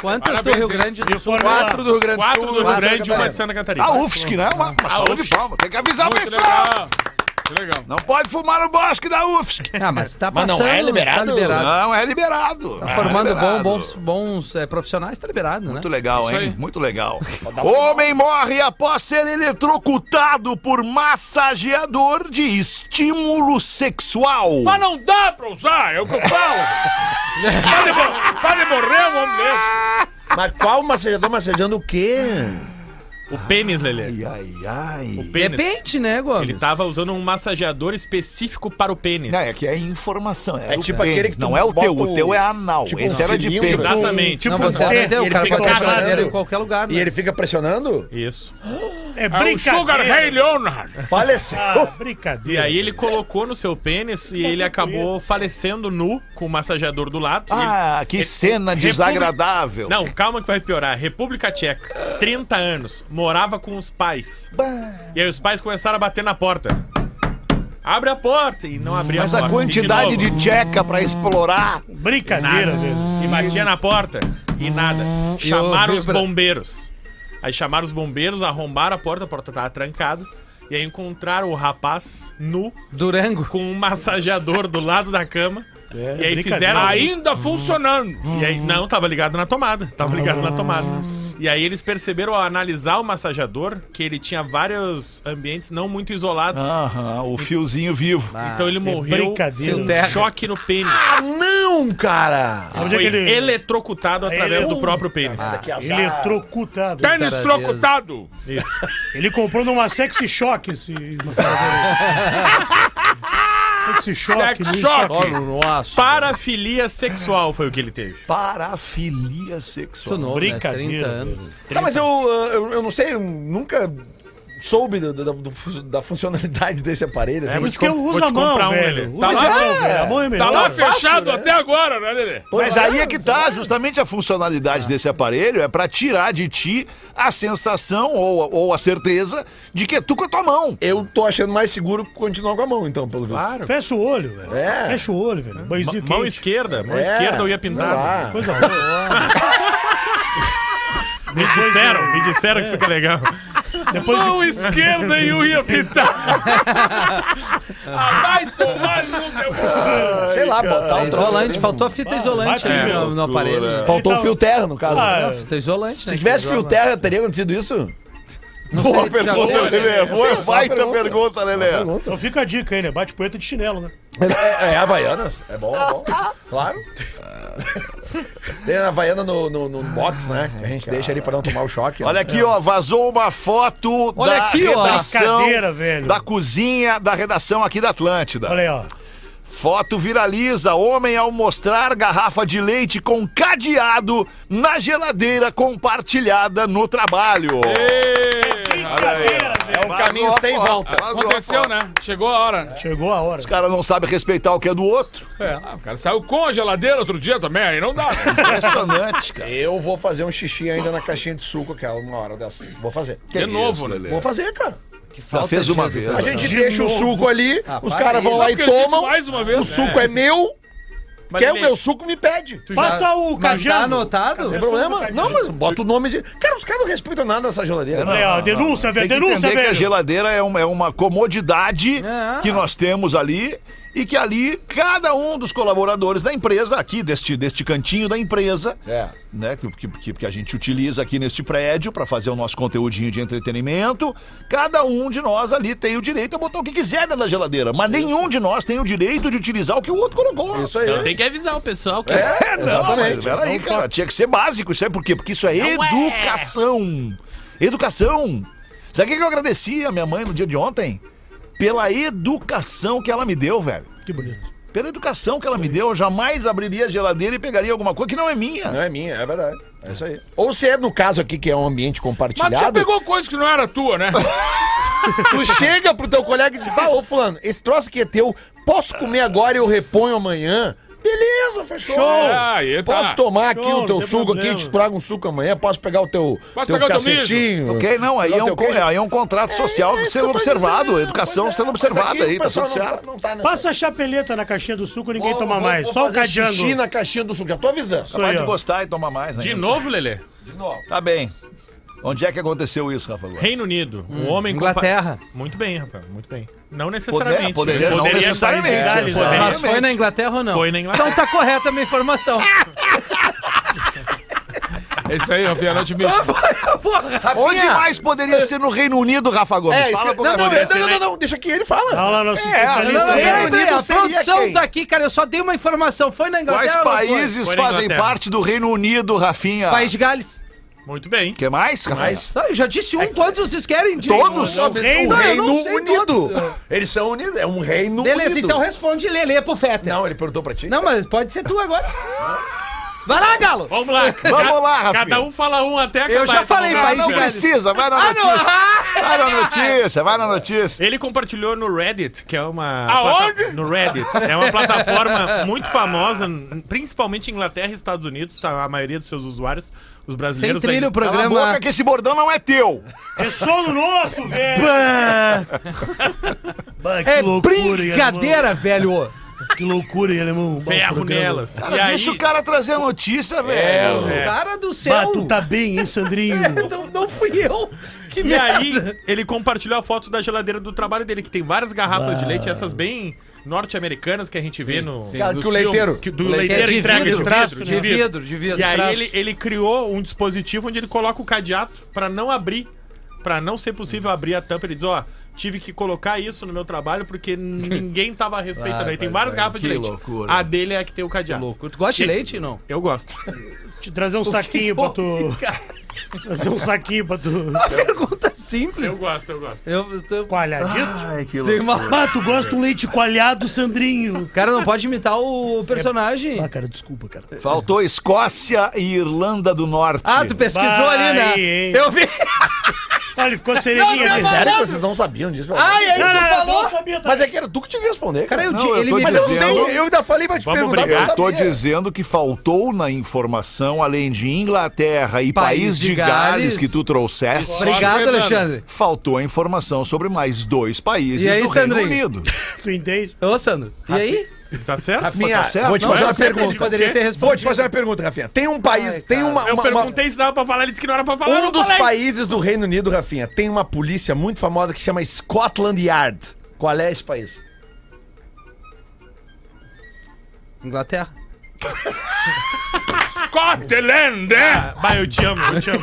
S3: Quantas do
S5: Parabéns,
S3: Rio
S5: hein?
S3: Grande do Sul?
S6: Quatro do Rio Grande do
S9: 4
S6: Sul.
S9: do Rio
S6: quatro da
S9: Grande e uma
S6: Catarina.
S9: de Santa Catarina.
S4: A UFSC, né? Uma, uma salva de
S9: UFSC.
S4: palmas. Tem que avisar o
S5: Muito
S4: pessoal.
S5: legal. Que legal.
S4: Não pode fumar no bosque da UFSC.
S3: Ah, mas tá
S6: Mas não
S3: passando.
S6: é liberado?
S3: Tá liberado.
S4: Não, é liberado.
S3: Tá
S4: É
S3: formando bom,
S4: liberado.
S3: bons, bons eh, profissionais, tá liberado, né?
S4: Muito legal,
S5: Isso
S4: hein?
S5: aí.
S4: Muito legal. Homem morre após ser eletrocutado por massageador de estímulo sexual.
S5: Mas não dá pra usar, é o que eu [laughs] falo. Para de, mor- para de morrer um homem desse.
S6: Mas qual massageador massageando o quê?
S9: O pênis,
S4: Ai,
S9: Lelê.
S4: ai, ai.
S7: É
S9: O pênis.
S3: Depende, né, Gomes?
S9: Ele tava usando um massageador específico para o pênis.
S4: Não, é que é informação. É,
S6: É
S4: do
S6: tipo
S4: pênis,
S6: aquele que tu
S4: Não é o teu,
S6: bota
S4: o teu é anal.
S6: tipo
S4: Esse
S6: um
S4: era de
S6: cilindro.
S4: pênis.
S9: Exatamente.
S3: Não,
S7: Tipo,
S3: você
S7: é,
S3: aprendeu,
S7: ele
S3: o cara
S7: fica
S3: pode fazer
S6: agarrado.
S3: em qualquer lugar, né?
S6: E ele fica pressionando?
S9: Isso.
S7: É
S5: É o Sugar Ray
S7: brincadeira.
S5: Leonard.
S6: Faleceu.
S7: Ah,
S9: E
S7: brincadeira.
S9: aí ele colocou no seu pênis e ele acabou falecendo nu com o massageador do lado. E ele-
S4: Ah, que cena
S9: República-
S4: desagradável.
S9: Não, calma que vai piorar. República Tcheca, 30 anos, morava com os pais. E aí os pais começaram a bater na porta. Abre a porta e não abria
S4: Mas
S9: a porta.
S4: a quantidade
S9: novo.
S4: de tcheca pra explorar.
S7: Brincadeira, velho.
S9: E batia na porta e nada. Chamaram os
S3: vibra-
S9: bombeiros. Aí chamaram os bombeiros, arrombaram a porta, a porta tava trancada. E aí encontraram o rapaz nu
S3: Durango.
S9: com um massageador do lado da cama. e aí
S7: brincadeira.
S9: fizeram.
S5: Ainda Tá funcionando.
S9: E aí, não, tava ligado na tomada. Tava ligado na tomada. E aí eles perceberam ao analisar o massageador que ele tinha vários ambientes não muito isolados.
S4: Aham, o fiozinho vivo.
S9: então ele morreu
S7: Brincadeira.
S9: com um choque no pênis.
S6: Ah, não, cara!
S7: Sabe onde é
S9: Foi
S7: que ele...
S9: eletrocutado através
S7: ele- é um
S9: do próprio pênis.
S7: Eletrocutado.
S5: Pênis
S3: Deus.
S5: trocutado.
S7: Ele comprou numa sexy choque esse massageador aí. Sexy choque.
S5: Sex
S7: Sexy
S5: Shock.
S3: Nossa.
S9: Parafilia sexual foi o que ele teve.
S4: Parafilia
S3: Muito
S4: sexual.
S3: novo,
S7: Brincadeira,
S3: né? 30
S7: velho.
S3: anos.
S6: Tá, mas eu, eu, eu não sei, eu nunca soube do- do- do fu- da funcionalidade [laughs] desse aparelho. assim.
S7: Por isso que eu uso a mão,
S9: É, comprar um,
S7: velho.
S9: Lelê.
S7: Usa
S9: Tá
S7: a
S6: lá?
S7: mão, velho. A mão é
S5: Tá
S7: melhor.
S5: lá
S6: fácil,
S5: fechado
S6: né?
S5: até agora, né, Lelê?
S4: Mas aí é que tá, justamente a funcionalidade desse aparelho é pra tirar de ti a sensação ou, ou a certeza de que é tu com a tua mão.
S6: Eu tô achando mais seguro continuar com a mão, então, pelo visto.
S9: Claro.
S7: Fecha o olho, velho.
S6: É.
S7: Fecha o olho, velho. Banhozinho
S9: Mão
S7: quente.
S9: esquerda, mão
S6: É,
S9: esquerda eu ia
S6: sei
S9: pintar.
S6: lá.
S7: Coisa boa.
S9: Me disseram, me disseram que
S7: É.
S9: fica legal.
S7: Depois de...
S5: Mão esquerda e o ia pintar. ah, vai tomar no meu...
S6: Sei lá,
S4: um
S3: É
S4: Tá
S6: botar o troço
S3: isolante,
S6: ali.
S3: faltou a fita isolante
S7: bate
S3: ali
S7: que
S3: no, no aparelho. Né?
S6: Faltou
S4: um
S7: Então-
S6: o fio terra, no caso.
S7: Ah,
S3: Fita isolante, né?
S6: Se tivesse
S3: que
S6: fio
S3: isola.
S6: terra, teria acontecido isso?
S3: Não sei, tu já viu, né?
S4: é Boa baita pergunta, Lelê.
S7: Então fica a dica aí, né? Bate poeta de chinelo, né?
S6: É, é Havaianas. É bom, é bom. Claro. Tem a Havaiana no, no, no box, né? Que a gente deixa ali pra não tomar o choque. né?
S4: Olha aqui, ó, vazou uma foto
S3: Olha
S4: da
S3: aqui, ó.
S4: redação,
S7: Brincadeira, velho.
S4: da cozinha da redação aqui da Atlântida.
S7: Olha aí, ó.
S4: Foto viraliza homem ao mostrar garrafa de leite com cadeado na geladeira compartilhada no trabalho.
S7: Brincadeira, velho.
S6: É um caminho
S4: Vazou a
S6: sem
S4: foto,
S6: volta.
S4: vazou a
S5: Aconteceu,
S4: foto.
S5: né? Chegou a hora, né?
S7: Chegou a hora.
S4: O cara não sabe respeitar o que é do outro.
S5: É, ah, o cara saiu com a geladeira outro dia também, aí não dá,
S7: [laughs]
S5: né?
S4: Impressionante, cara.
S6: Eu vou fazer um xixi ainda na caixinha de suco aquela uma hora dessa. Vou fazer.
S5: De novo, né?
S6: Vou fazer, cara.
S3: Que falta né?
S4: Já fez
S3: de
S4: uma
S3: educação.
S6: A
S4: vez,
S6: gente deixa o suco ali,
S3: Ah,
S6: os
S3: para
S6: caras vão
S3: aí.
S6: lá
S5: Não,
S6: e
S5: porque eu disse
S6: tomam.
S5: mais uma vez,
S6: o
S5: né?
S6: suco é meu.
S9: Mas
S6: Quer o
S9: ele-
S6: meu suco, me pede. Não
S7: Passa o
S3: Mas tá
S7: cajado.
S3: anotado?
S6: tem problema. Não, mas bota o nome de. Cara, os caras não respeitam nada essa geladeira.
S10: É,
S7: Olha aí, ó.
S4: Tem
S7: Denúncia, velho.
S4: que
S7: Denúncia,
S4: entender que a
S7: velho.
S4: geladeira é uma, é uma comodidade
S3: É.
S4: que nós temos ali e que ali cada um dos colaboradores da empresa, aqui deste, deste cantinho da empresa,
S6: É.
S4: né, que, que- que, que a gente utiliza aqui neste prédio para fazer o nosso conteúdinho de entretenimento, cada um de nós ali tem o direito a botar o que quiser dentro da geladeira, mas nenhum de nós tem o direito de utilizar o que o outro colocou.
S6: Isso aí.
S9: Então tem que avisar o pessoal que
S4: É, não, mas
S6: Exatamente.
S4: peraí,
S6: tá
S4: cara. Tinha que ser básico. Isso é por quê? Porque isso é educação. Educação. Sabe o que que eu agradeci a minha mãe no dia de ontem? Pela educação que ela me deu, velho.
S7: Que bonito.
S4: Pela educação que ela me deu, eu jamais abriria a geladeira e pegaria alguma coisa que não é minha.
S6: Não é minha, é verdade. É isso aí. Ou se é no caso aqui que é um ambiente
S5: Mas tu já
S6: compartilhado.
S5: pegou coisa que não era tua, né?
S6: Tu chega pro teu colega e diz: Bah, ô fulano, esse troço aqui é teu, posso comer agora e eu reponho amanhã? Beleza, fechou. É.
S5: Show. Ah, aí tá.
S6: Posso tomar aqui
S10: Show,
S6: o teu
S10: não tem
S6: suco aqui,
S10: problema.
S6: te trago um suco amanhã, posso pegar o teu,
S5: Posso pegar o teu
S6: cacetinho?
S4: Ok, não, aí
S6: Pegar
S4: é
S6: o
S4: um,
S6: teu
S4: con-
S6: queijo?
S4: aí é um contrato social
S6: É isso
S4: sendo
S6: que eu tô
S4: observado,
S6: dizendo,
S4: educação
S6: pois é,
S4: sendo
S6: mas
S4: observada
S6: aqui o
S4: aí, tá
S6: pessoal
S4: tudo
S6: não
S4: certo.
S6: Não tá, não tá
S10: Passa a chapeleta na caixinha do suco, ninguém
S6: Vou-
S10: toma
S6: vou-
S10: mais.
S6: vou
S10: Só o
S6: fazer
S10: cajango.
S6: xixi na caixinha do suco, já tô avisando.
S10: Isso
S4: Vai
S10: aí,
S4: de
S10: ó.
S4: gostar e tomar mais, né?
S7: De novo, Lelê?
S4: Tá bem. Onde é que aconteceu isso, Rafa? Gomes?
S7: Reino Unido. um homem com-
S3: Inglaterra.
S7: Muito bem, Rafael. Muito bem. Não necessariamente.
S4: poderia não
S7: Poderia
S4: necessariamente,
S7: sair
S4: é,
S7: viralizado.
S4: poderia.
S3: Mas foi na Inglaterra ou não?
S7: Foi na Inglaterra.
S3: Então tá correta a minha
S4: [laughs]
S3: informação.
S5: É isso aí, Rafinha, não te bicho.
S7: [laughs]
S4: Ah, Onde
S6: Rafinha.
S4: mais poderia ser no Reino Unido, Rafa Gomes?
S6: É, isso que-
S4: Fala
S6: não,
S4: pro
S6: não, não,
S4: Gabriel.
S6: não, não, não, deixa que ele
S10: Olha
S7: tá.
S6: fala.
S10: lá nosso
S7: É,
S3: Não,
S10: especialista.
S3: não, peraí,
S6: Reino
S3: peraí,
S6: Unido
S3: a
S6: seria
S3: produção
S6: quem?
S3: tá aqui, cara. Eu só dei uma informação. Foi na
S4: Quais
S3: Inglaterra. ou não foi?
S4: países
S7: Foi na
S4: fazem
S7: Inglaterra.
S4: parte do Reino Unido, Rafinha?
S3: País de Gales.
S7: Muito bem.
S4: Quer mais, Rafinha?
S3: Não, eu já disse um, todos vocês querem. diga.
S4: É Todos?
S6: O Reino,
S3: Não, eu não sei
S6: um Unido.
S3: todos.
S6: Eles são unidos, é um reino
S3: Beleza,
S6: unido.
S3: então responde Lelê pro Feta. Não.
S6: Não, ele perguntou pra ti.
S3: mas pode ser tu agora. Vai lá, Galo.
S7: Vamos lá.
S4: Vamos lá, Rafinha.
S7: Cada um fala um até acabar.
S3: já
S7: essa
S3: falei,
S7: conversa.
S3: país
S4: Não
S3: de Gales.
S4: precisa, vai na
S3: Ah, não. [laughs]
S4: notícia.
S3: Ah,
S4: Vai na notícia, vai na notícia.
S7: Ele compartilhou no Reddit, que é uma.
S5: Aonde?
S7: plata- No Reddit. É uma plataforma muito famosa, n- principalmente em Inglaterra e Estados Unidos, tá? A maioria dos seus usuários, os
S3: sem
S7: brasileiros.
S3: trilho o
S7: ainda-
S4: Cala a
S3: programa.
S4: boca que esse bordão não é teu.
S10: É sono nosso, velho. Bah, que
S3: É
S10: loucura, hein,
S3: brincadeira, velho.
S10: alemão. Que loucura, hein, alemão. Bah, o
S7: Ferro
S10: programa.
S7: nelas.
S4: Cara, deixa o cara trazer a notícia, velho.
S7: É.
S3: Cara do céu.
S10: Bah,
S7: [laughs]
S10: tu tá bem, hein, Sandrinho?
S3: Não, não fui eu. Que
S10: É
S7: E
S3: merda.
S7: aí, ele compartilhou a foto da geladeira do trabalho dele, que tem várias garrafas de leite, essas bem norte-americanas que a gente vê no.
S5: sim.
S6: Cara,
S5: dos
S6: que o leiteiro.
S7: que- do
S3: É
S7: leiteiro
S3: de
S7: entrega
S3: vidro,
S7: de
S3: traço,
S7: vidro,
S3: de
S7: de vidro.
S3: vidro, de vidro.
S7: E aí
S3: traço.
S7: ele, ele criou um dispositivo onde ele coloca o cadeado pra não abrir, pra não ser possível abrir a tampa. Ele diz, ó, tive que colocar isso no meu trabalho
S5: [laughs]
S7: porque ninguém tava respeitando. aí tem várias garrafas de
S4: Que
S7: leite.
S4: loucura.
S7: A dele é a que tem o cadeado.
S3: Tá Louco. Tu gosta de
S7: E-
S3: leite, não?
S7: Eu gosto.
S10: Te
S7: [laughs]
S10: trazer um saquinho pra tu. Trazer um saquinho pra tu.
S3: Pergunta
S7: Eu
S3: simples.
S7: gosto, eu [laughs] gosto.
S3: Eu, eu, tô-
S10: Coalhadito?
S4: Ai, que
S3: tem uma-
S10: Ah, tu gosta de um leite coalhado, Sandrinho.
S3: O cara não pode imitar o personagem.
S10: Ah, cara, desculpa, cara.
S4: Faltou Escócia e Irlanda do Norte.
S3: Ah, tu pesquisou
S10: Bah,
S3: ali,
S10: aí,
S3: né?
S10: hein?
S3: Eu vi.
S10: Olha, ele ficou
S3: Não,
S10: sereninha.
S3: não,
S10: né?
S3: não.
S6: Sério que vocês não sabiam disso? velho?
S3: Ai, aí
S10: Não,
S3: tu
S10: não, não,
S3: falou.
S10: eu sabia tá?
S6: Mas
S10: também.
S6: é que era tu que tinha que responder, cara.
S3: Cara, eu
S4: Não,
S3: di-
S4: eu
S3: ele
S4: tô
S3: me
S6: Mas eu
S3: dizendo-
S4: dizendo-
S6: sei, eu ainda falei pra te
S7: Vamos
S6: perguntar,
S7: brigar.
S6: mas
S4: Eu
S6: eu
S4: tô
S6: sabia.
S4: dizendo que faltou na informação, além de Inglaterra e
S3: País
S4: País,
S3: de
S4: de Gales,
S3: Gales.
S4: que tu trouxeste,
S3: Obrigado, Alexandre.
S4: faltou a informação sobre mais dois países
S3: E aí,
S4: do
S3: Sandrinho?
S4: Reino
S3: [laughs]
S4: Unido.
S3: é-
S10: Tu entende?
S3: Ô, Sandro, e aí?
S7: Tá certo?
S6: Rafinha,
S4: certo?
S6: Ah, vou te
S3: Não,
S6: fazer
S3: eu
S6: uma
S3: sei que ele
S6: pergunta.
S3: poderia ter respondido.
S6: Vou te fazer uma pergunta, Rafinha. Tem um país,
S3: Ai,
S6: tem
S3: cara.
S6: uma...
S7: eu
S6: uma- uma-
S7: perguntei se dava pra falar, ele disse que não era pra falar. eu
S6: Um
S7: não
S6: dos
S7: falei.
S6: países do Reino Unido, Rafinha, tem uma polícia muito famosa que chama Scotland Yard. Qual é esse país?
S3: Inglaterra.
S5: Scotland! é.
S7: Bah, eu te amo, eu te amo.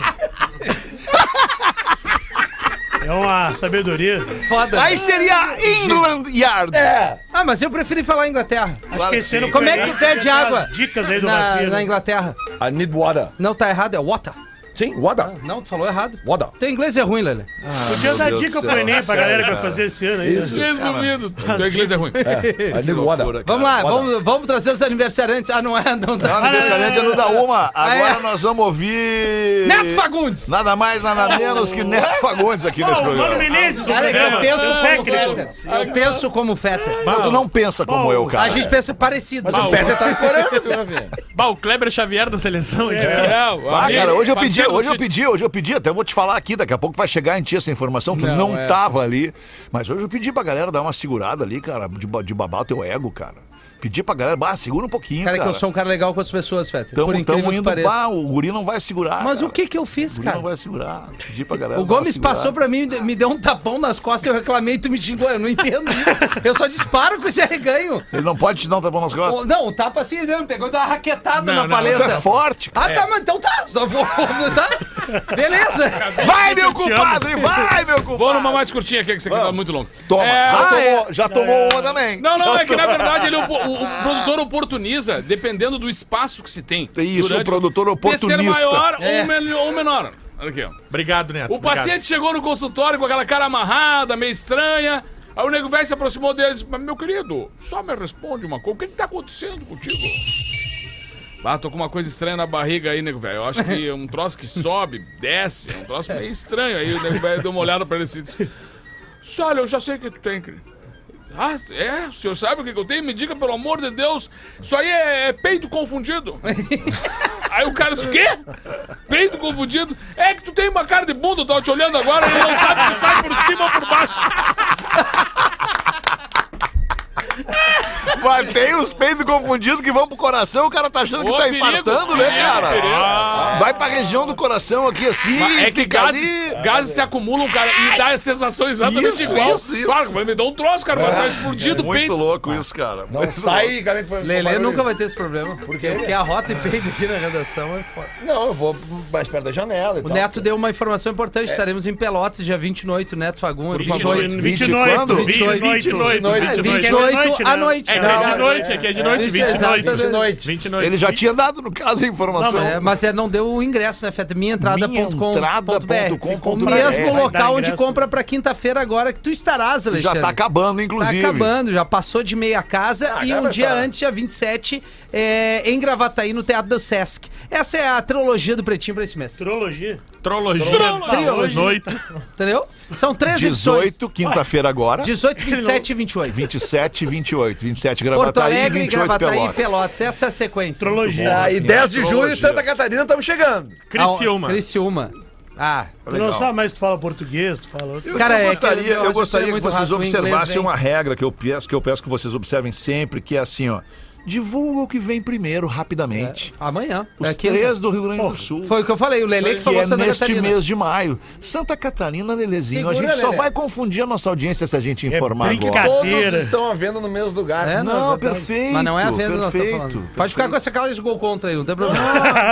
S10: É uma sabedoria.
S3: Foda.
S4: Aí seria England Yard.
S6: É.
S3: Ah, mas eu preferi falar Inglaterra.
S10: Esqueceram
S3: Como é que tu pede água?
S10: Dicas aí do
S3: Na,
S10: Rafinha.
S3: na
S10: né?
S3: Inglaterra.
S6: I need water.
S3: Não, tá errado, é water.
S6: Sim, water.
S7: Ah,
S3: Não, tu falou errado.
S6: Water.
S3: Teu inglês é ruim, Lele.
S10: Podia dar
S4: Deus do
S10: dica
S4: céu.
S10: pro Enem pra
S4: Sério,
S10: galera que vai
S4: cara.
S10: fazer esse ano aí.
S6: Isso.
S7: é
S10: né?
S5: Resumido, teu inglês é ruim.
S6: I need water.
S4: É,
S3: Vamos lá,
S6: Water.
S3: vamos, vamos trazer os aniversariantes. Ah, não é? Não
S4: Não,
S3: dá.
S4: aniversariante é no da uma. Agora
S3: é.
S4: nós vamos ouvir.
S3: Neto Fagundes!
S4: Nada mais, nada menos que Neto Fagundes aqui
S10: Ó,
S4: nesse
S10: o Mano
S4: programa.
S10: Menezes, o
S3: Cara, um eu
S10: programa.
S3: penso
S10: O
S3: como
S10: técnico.
S3: Fetter. Eu penso como Fetter.
S4: Não, tu não pensa como eu, cara.
S3: A gente pensa parecido.
S6: O Fetter tá
S5: [laughs]
S6: decorando, viu, Rafinha?
S7: Bah, o Kleber Xavier da seleção. É.
S5: É, o
S4: Ah,
S3: tá
S5: amigo,
S4: cara, hoje eu pedi,
S5: parceiro do
S4: hoje eu
S5: Tite.
S4: pedi, hoje eu pedi, até vou te falar aqui, daqui a pouco vai chegar em ti essa informação, tu não,
S3: é.
S4: tava ali. Mas hoje eu pedi pra galera dar uma segurada ali, cara, de, ba- de babar o teu ego, cara. Pedi pra galera, bah, segura um pouquinho,
S3: Cara,
S4: cara.
S3: que eu sou um cara legal com as pessoas, Fetter.
S4: Tamo,
S3: Por incrível
S4: tamo
S3: que
S4: indo,
S3: pareça.
S4: bah, o guri não vai segurar,
S3: Mas
S4: cara.
S3: o que que eu fiz,
S4: O guri
S3: cara?
S4: não é vai segurar. Pedi pra galera
S3: O
S4: dar uma
S3: Gomes
S4: segurada.
S3: passou pra mim, me deu um tapão nas costas, eu reclamei, tu me xingou, eu não entendo isso. Eu só disparo com esse arreganho.
S4: Ele não pode te dar um tapão nas costas.
S3: O- Não, o tapa assim, né? pegou e deu uma raquetada
S7: Não,
S3: na
S7: não,
S4: Tu é
S3: paleta.
S4: forte, cara.
S3: ah, tá, mas então tá. Só vou, tá. Beleza.
S4: Vai, meu compadre, vai, meu compadre.
S5: Vou numa mais curtinha aqui, que isso aqui tá muito longo.
S4: Toma,
S5: É,
S4: já
S5: o-
S4: tomou, já tomou uma também.
S5: Não, não, é que
S4: [laughs]
S5: na verdade ele, opo- o, o produtor oportuniza, dependendo do espaço que se tem.
S4: Isso,
S5: durante
S4: o produtor
S5: De ser
S4: oportunista.
S5: maior
S3: É.
S5: ou, mel- ou menor. Olha aqui, ó.
S7: Obrigado, Neto.
S5: O
S7: obrigado.
S5: paciente chegou no consultório com aquela cara amarrada, meio estranha. Aí o nego velho se aproximou dele e disse: "Mas, Meu querido, só me responde uma coisa. O que, que tá acontecendo contigo? Ah, tô com uma coisa estranha na barriga aí, nego velho. Eu acho que é um troço que sobe, desce, é um troço meio estranho. Aí o nego velho deu uma olhada pra ele e disse: Disse, olha, eu já sei o que tu tem, querido. Ah, é? O senhor sabe o que que eu tenho? Me diga, pelo amor de Deus. Isso aí é, é peito confundido. aí o cara disse, quê? Peito confundido? É que tu tem uma cara de bunda, eu tava te olhando agora, ele não sabe se sai por cima ou
S1: [laughs]
S5: por baixo.
S1: Mas tem os peitos confundidos que vão pro coração, o cara tá achando
S5: Ô,
S1: que tá
S5: perigo, É,
S1: infartando, né,
S5: perigo,
S1: cara?
S5: perigo.
S1: Vai pra região do coração aqui assim,
S5: Mas é que
S1: fica
S5: gases,
S1: ali.
S5: gases se acumulam, cara, e dá a sensação exatamente
S1: Isso,
S5: igual.
S1: isso, isso.
S5: Claro, vai me dar um troço, cara, vai estar explodido o
S1: Muito
S5: peito.
S1: louco isso, cara.
S6: Não sai, cara. um
S3: Lelê nunca vai ter esse problema. Porque, porque a rota e peido aqui na redação é foda.
S6: Não, eu vou mais perto da janela e
S3: O
S6: tal.
S3: Neto deu uma informação
S1: É.
S3: importante. Estaremos em Pelotas dia 28, Neto Fagundes.
S7: 28,
S3: 28.
S7: 28,
S9: 28,
S7: 28,
S9: 28.
S3: 28 à noite.
S9: É que
S6: Não,
S9: é de
S6: é-
S9: noite, é que é de noite,
S3: é-
S9: 20
S3: exatamente.
S9: noite.
S6: De noite.
S9: 20 noite.
S1: Ele já tinha dado, no caso, a informação.
S3: É, mas é, não deu o ingresso, né, Feta? Minhaentrada.com.br. O
S1: minhaentrada.com.br.
S3: mesmo
S7: Vai dar
S3: local onde
S7: ingresso.
S3: compra pra quinta-feira agora que tu estarás,
S1: Já
S3: Alexandre.
S1: tá acabando,
S3: Tá
S1: inclusive. Ah,
S3: acabando, já passou de meia casa e um
S6: cara,
S3: dia
S6: tá.
S3: antes, dia 27, é, em Gravataí, no Teatro do Sesc. Essa é a trilogia do Pretinho pra esse mês.
S7: Astrologia.
S9: Trologia.
S3: Trilogia.
S9: Noite.
S3: Entendeu? São três edições.
S1: 18, quinta-feira agora.
S3: 18, 27 e 28.
S1: 27 e 28. 27
S3: Porto
S1: Gravataí tá e
S3: Alegre,
S1: 28
S3: Gravataí
S1: Pelotas.
S3: e Pelotas. Essa é a sequência.
S7: Astrologia.
S6: Ah, e 10 de julho em
S1: Astrologia.
S6: Santa Catarina estamos chegando.
S9: Criciúma.
S3: Ah, Criciúma. Ah,
S7: Tu não sabe mais se tu fala português, tu fala outro.
S1: Eu,
S3: Cara, é
S1: eu
S3: que
S1: gostaria, eu
S3: eu- eu
S1: gostaria
S3: assistiria
S1: que
S3: muito
S1: vocês
S3: rápido o inglês,
S1: observassem
S3: hein?
S1: uma regra que eu peço, que eu peço que vocês observem sempre, que é assim, ó. Divulga o que vem primeiro, rapidamente.
S3: amanhã.
S1: Os
S3: É quinta.
S1: três do Rio Grande do Sul.
S3: Foi o que eu falei, o Lele que
S1: que
S3: falou
S1: é
S3: Santa
S1: neste
S3: Catarina.
S1: mês de maio. Santa Catarina, Lelezinho, a
S3: Segura,
S1: gente só
S3: Lelê.
S1: vai confundir a nossa audiência se a gente
S7: É
S1: informar agora.
S7: brincadeira.
S6: Todos
S7: Cadeira.
S6: estão à venda no mesmo lugar.
S3: É,
S1: Não,
S3: é verdade.
S1: perfeito,
S3: Mas não é a venda que nós estamos
S1: perfeito,
S3: falando. Pode
S1: perfeito.
S3: ficar com essa cara de gol contra aí, não tem problema.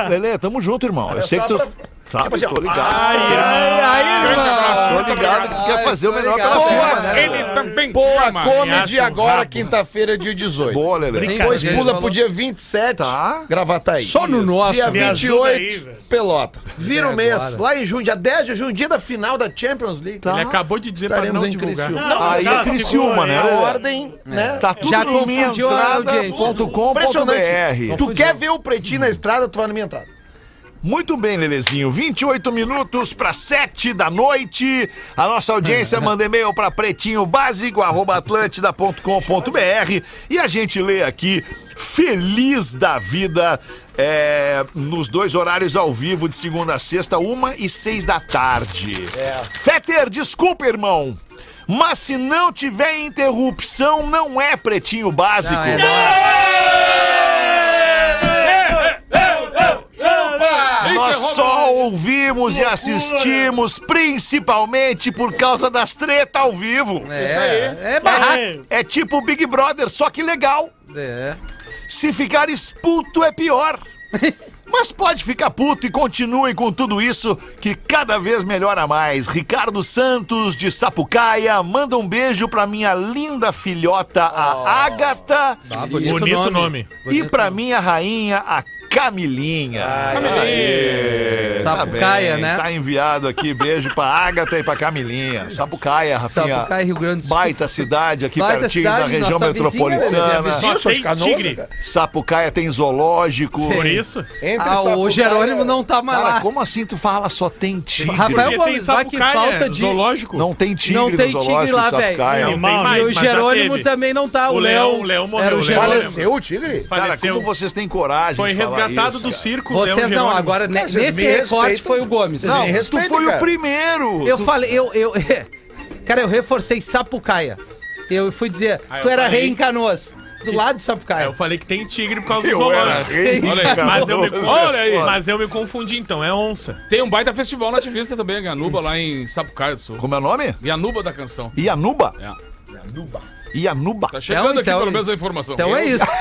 S1: Ah, Lelê, tamo junto, irmão.
S3: É
S1: Eu sei que
S6: só
S1: tu.
S6: pra-
S1: Sabe,
S6: assim, ó,
S1: tô ligado.
S7: é.
S5: Grande abraço, muito
S1: Tô ligado que tu quer
S3: Ai,
S1: fazer o
S3: tô
S1: melhor
S3: ligado.
S1: pela
S3: Boa,
S1: terra, né?
S5: Ele também
S6: Boa
S5: tinha,
S6: comedy
S9: ameaça um
S6: agora,
S9: rabo.
S6: quinta-feira, dia 18.
S1: Boa, Lelê.
S6: Depois
S3: Ele
S6: pula
S3: falou.
S6: pro dia 27,
S1: Tá.
S6: Gravataí.
S3: Só no nosso.
S6: Dia
S7: Me ajuda
S6: 28,
S7: aí, velho.
S6: Pelota. Vira o
S3: É
S6: mês,
S3: agora.
S6: lá em junho, dia 10 de junho, dia da final da Champions League.
S1: Tá.
S9: Ele acabou de dizer pra
S6: Estaremos
S9: não
S6: em
S9: divulgar.
S6: Criciúma.
S7: Não,
S1: Aí
S7: já
S1: é Criciúma,
S7: segura
S1: né?
S6: A
S7: aí.
S6: ordem,
S3: É.
S6: né?
S1: Tá tudo
S3: Já
S1: no
S3: confundiu a audiência.
S1: minhaentrada.com.br.
S3: Tá
S6: Tu quer ver o Pretinho na estrada, tu vai na minha entrada.
S1: Muito bem, Lelezinho. 28 minutos para 7 da noite. A nossa audiência
S3: [laughs]
S1: manda e-mail para pretinhobásico.atlântida.com.br e a gente lê aqui Feliz da Vida é, nos dois horários ao vivo, de segunda a sexta, uma e seis da tarde.
S3: É.
S1: Fetter, desculpa, irmão. Mas se não tiver interrupção, não é pretinho básico.
S3: Não, é
S5: Ah,
S1: Nós só ouvimos e assistimos, principalmente por causa das treta ao vivo.
S3: É,
S5: Isso aí.
S3: é barraco.
S7: É,
S1: É tipo Big Brother, só que legal.
S3: É.
S1: Se ficar expulto é pior. Mas pode ficar puto e continuem com tudo isso que cada vez melhora mais. Ricardo Santos de Sapucaia manda um beijo pra minha linda filhota a Agatha
S3: Ah,
S9: Bonito nome.
S1: e pra
S9: um.
S1: minha rainha a Camilinha.
S3: Sapucaia,
S1: tá bem,
S3: né?
S1: Tá enviado aqui, beijo pra Agatha e pra Camilinha. Sapucaia, Rafinha.
S3: Sapucaia, Rio Grande do Sul.
S1: Baita cidade aqui
S3: Baita
S1: pertinho
S3: cidade,
S1: da região
S3: nossa vizinha, né?
S1: metropolitana.
S3: Minha
S9: Só tem tigre.
S1: Sapucaia tem zoológico.
S9: Por isso?
S6: Entre
S3: Ah, o
S6: Sapucaia-
S3: Jerônimo não tá mais
S1: Cara,
S3: lá.
S1: como assim tu fala só tem tigre?
S3: Rafael
S9: Porque
S3: Gomes, vai que falta de-
S9: zoológico.
S1: Não tem tigre
S3: Não
S1: no
S3: tem
S1: zoológico
S3: tigre lá,
S1: de Sapucaia.
S9: Não,
S7: velho.
S9: tem
S7: Mal.
S9: mais,
S3: e o
S9: mas já
S3: Jerônimo
S9: teve.
S3: também não tá. O,
S9: O
S3: Leão,
S9: Leão- o Leão morreu,
S3: Era o
S9: o Leão
S3: Jerônimo.
S6: Faleceu o Tigre?
S1: Cara,
S9: Faleceu.
S1: como vocês têm coragem
S9: Foi
S1: de falar
S9: resgatado
S1: isso,
S9: do
S1: cara?
S9: circo. Leão
S3: Vocês não,
S9: Jerônimo.
S3: agora, ne-
S6: Cara, vocês
S3: nesse
S6: me
S3: recorte
S6: respeitam.
S3: foi o Gomes.
S6: Não,
S3: né?
S1: Não,
S6: Me
S1: tu
S6: respeita,
S1: foi o
S6: cara.
S1: primeiro.
S3: Eu
S1: Tu-
S3: falei, eu, eu. [laughs] Cara, eu reforcei Sapucaia. Eu fui dizer,
S9: Ah, eu
S3: tu era
S9: falei
S3: rei em Canoas, do lado de
S9: É,
S3: Sapucaia.
S9: Eu falei que tem tigre por causa do
S1: Eu era
S9: zoológico.
S1: rei,
S9: Olha aí,
S1: cara.
S9: mas, eu me confundi,
S5: Olha aí.
S9: mas eu me confundi então, é onça.
S5: Tem um baita festival nativista também, a Ganuba, lá em Sapucaia do Sul.
S1: Como é o nome?
S5: Ganuba da canção. Tá
S1: Ianuba?
S5: É.
S1: Ianuba.
S5: Tá chegando aqui
S3: então,
S5: pelo menos a informação.
S3: Então é isso.
S1: [laughs]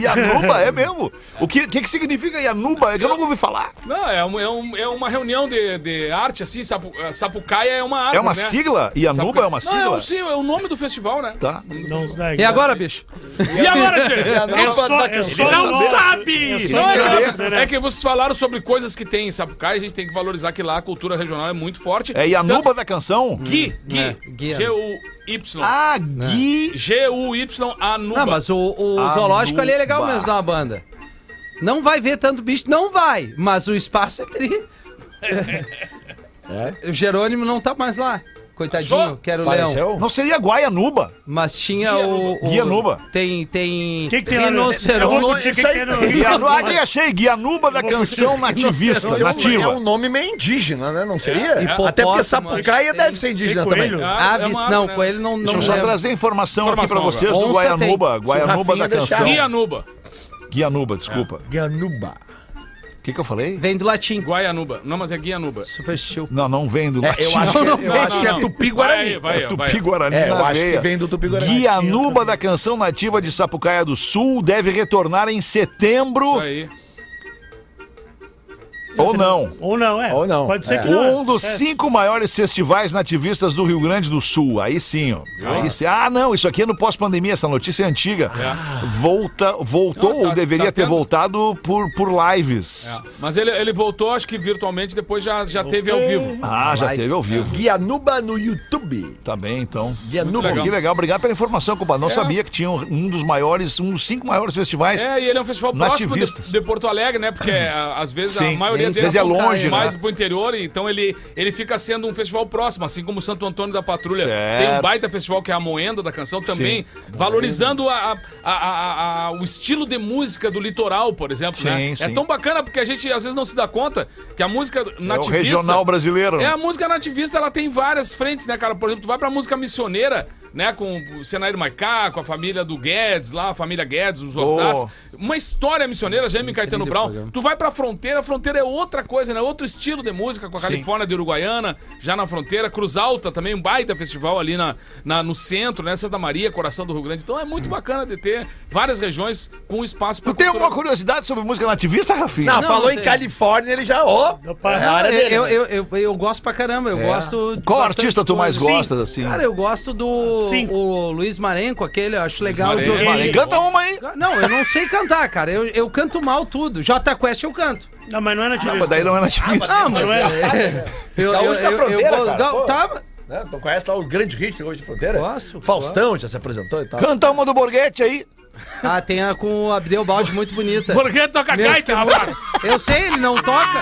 S1: Ianuba, é mesmo? O que, que, que significa Ianuba? É que eu nunca ouvi falar.
S5: Não, é, um- é um- é uma reunião de, de arte, assim, sapu- eh, Sapucaia é uma arte,
S1: É uma
S5: né?
S1: sigla? Ianuba é uma
S5: Não, é,
S1: sigla?
S5: um sim- é o nome do festival, né?
S1: Tá.
S7: Não, dá,
S3: E agora, [laughs] tá bicho?
S5: E agora, Tchê?
S1: [laughs]
S7: É só, é só
S9: Não
S7: nós.
S9: sabe!
S7: Só
S5: Não, é,
S7: nós,
S5: que-
S7: né?
S5: é que vocês falaram sobre coisas que tem em Sapucaia, a gente tem que valorizar que lá a cultura regional é muito forte.
S1: É Ianuba da canção?
S5: Tanto- Gui,
S3: É,
S5: Gui,
S3: Gui.
S5: G-U-Y.
S1: Ah,
S6: Né?
S1: Gui.
S5: G-U-Y, Anuba.
S3: Não, mas o, o
S1: Anuba.
S3: zoológico ali é legal mesmo na banda. Não vai ver tanto bicho, não vai, [laughs] mas o espaço é tri. O Jerônimo não tá mais lá. Coitadinho,
S5: Achou?
S3: que era o
S6: Faleceu?
S3: leão.
S1: Não seria Guaianuba.
S3: Mas tinha o, o.
S1: Guianuba.
S3: Tem. Tem.
S7: O que, que tem lá no-
S3: rinoceronte.
S7: Eu vou te dizer o que que tem no-
S1: Guianuba. Ali Ah, achei. Guianuba da canção nativista,
S6: É um- É
S1: nativa.
S6: um nome meio indígena, né? Não seria?
S5: É,
S3: hipopótamo,
S6: Até porque
S3: acho
S6: Sapucaia
S3: que
S6: deve
S3: tem.
S6: ser indígena
S7: Tem
S6: também.
S7: coelho?
S5: Ah, é
S3: Aves,
S5: uma-
S7: né?
S3: não,
S5: é-
S3: coelho não. não
S1: Deixa eu só
S6: um
S3: lembro.
S1: trazer informação, aqui pra
S5: Informação
S1: vocês do
S3: agora. Onça
S1: Guaianuba. Guaianuba
S6: Rafinha É.
S1: da canção.
S6: deixar.
S5: Guianuba.
S1: Guianuba, desculpa.
S6: Ganuba.
S1: O que, que eu falei?
S3: Vem do latim.
S5: Guaianuba. Não, mas é Guianuba.
S3: Super chill.
S1: Não, não vem do latim.
S6: [laughs] Eu acho
S1: [laughs]
S6: que é- eu
S5: não,
S6: acho que é
S5: não.
S6: Tupi-Guarani.
S5: Vai, aí, vai, vai.
S1: Tupi Guarani
S6: É,
S1: na
S6: eu acho que
S1: veia.
S6: vem do Tupi-Guarani.
S1: Guianuba da canção nativa de Sapucaia do Sul deve retornar em setembro
S5: Isso aí.
S1: ou
S5: [laughs]
S1: não.
S7: Ou não, é.
S6: Ou não.
S7: Pode ser
S6: É.
S7: que não.
S1: Um dos cinco maiores festivais nativistas do Rio Grande do Sul. Aí sim, ó. Aí sim. Ah, não, isso aqui é no pós-pandemia, essa notícia é antiga. Volta, voltou,
S5: Não, tá-
S1: ou deveria
S5: tá
S1: ter
S5: tendo-
S1: voltado por, por lives.
S5: É. Mas ele, ele voltou, acho que virtualmente, depois já, já teve ao vivo.
S1: Ah, já
S3: Live. É.
S1: teve ao vivo.
S6: Guianuba no YouTube.
S1: Tá bem, então.
S6: Guianuba.
S5: legal.
S1: Que
S3: um.
S1: legal, obrigado pela informação, compadre. Não
S5: É.
S1: sabia que tinha um- um dos maiores, um dos cinco maiores festivais.
S5: É, e ele é um festival próximo
S1: Nativistas.
S5: de, de Porto Alegre, né?
S1: [clears throat]
S5: Porque a- às vezes
S1: Sim,
S5: a maioria
S1: às
S5: deles
S1: vezes é longe,
S5: mais
S1: né?
S5: pro interior, então ele, ele fica sendo um festival próximo, assim como Santo Antônio da Patrulha.
S1: Certo.
S5: Tem um baita festival que é a Moenda da Canção também, valorizando a, a- a- a- a- o estilo de música do litoral, por exemplo, né?
S1: Sim,
S5: É
S1: sim.
S5: tão bacana porque a gente às vezes não se dá conta que a música
S1: É o
S5: nativista...
S1: regional brasileiro.
S5: É, a música nativista, ela tem várias frentes, né, cara? Por exemplo, tu vai pra música missioneira, né, com o Senair Maicá, com a família do Guedes lá, a família Guedes, os Hortás. Uma história missioneira, Jaime Caetano Brown. Tu vai pra fronteira, a fronteira é outra coisa, né? Outro estilo de música, com a Califórnia de Uruguaiana, já na fronteira. Cruz Alta também, um baita festival ali na, na- no centro, né? Santa Maria, coração do Rio Grande. Então é muito bacana de ter várias regiões com espaço pra
S1: Hum. Tu tem
S5: cultura.
S1: alguma curiosidade sobre música nativista, Rafinha?
S6: Não,
S3: Não,
S6: falou
S3: não
S6: em
S3: tem.
S6: Califórnia, ele já, ó.
S7: Opa.
S6: é a área
S3: Eu-
S6: dele.
S3: eu,
S6: né? É.
S3: eu, eu, eu gosto pra caramba, eu gosto. de
S1: Qual
S3: bastante
S1: artista tu mais
S3: coisa.
S1: gosta, assim?
S3: Cara, eu gosto do
S7: Sim.
S3: o Luiz Marenco, aquele, eu acho legal.
S5: Marenco.
S3: de-
S5: Luiz
S1: Mas Canta uma aí.
S3: Não, eu não sei cantar, cara. Eu, eu canto mal tudo. J Quest eu canto.
S7: Não, mas não é nativista.
S1: Ah, mas daí não é nativista.
S3: Ah, mas.
S7: não é.
S3: é- Eu,
S6: Gaúcho né? da fronteira, cara,
S3: ga-
S6: pô.
S3: tá,
S6: Né? Tu conhece lá o grande hit hoje de fronteira?
S3: Gosto,
S6: Faustão já se apresentou e tal.
S1: Canta uma do Borghetti aí.
S3: Ah, tem a com o Abdel Balde muito bonita.
S5: Porque toca
S3: Mesmo
S5: gaita,
S3: que-
S5: rapaz.
S3: Eu sei, ele não toca.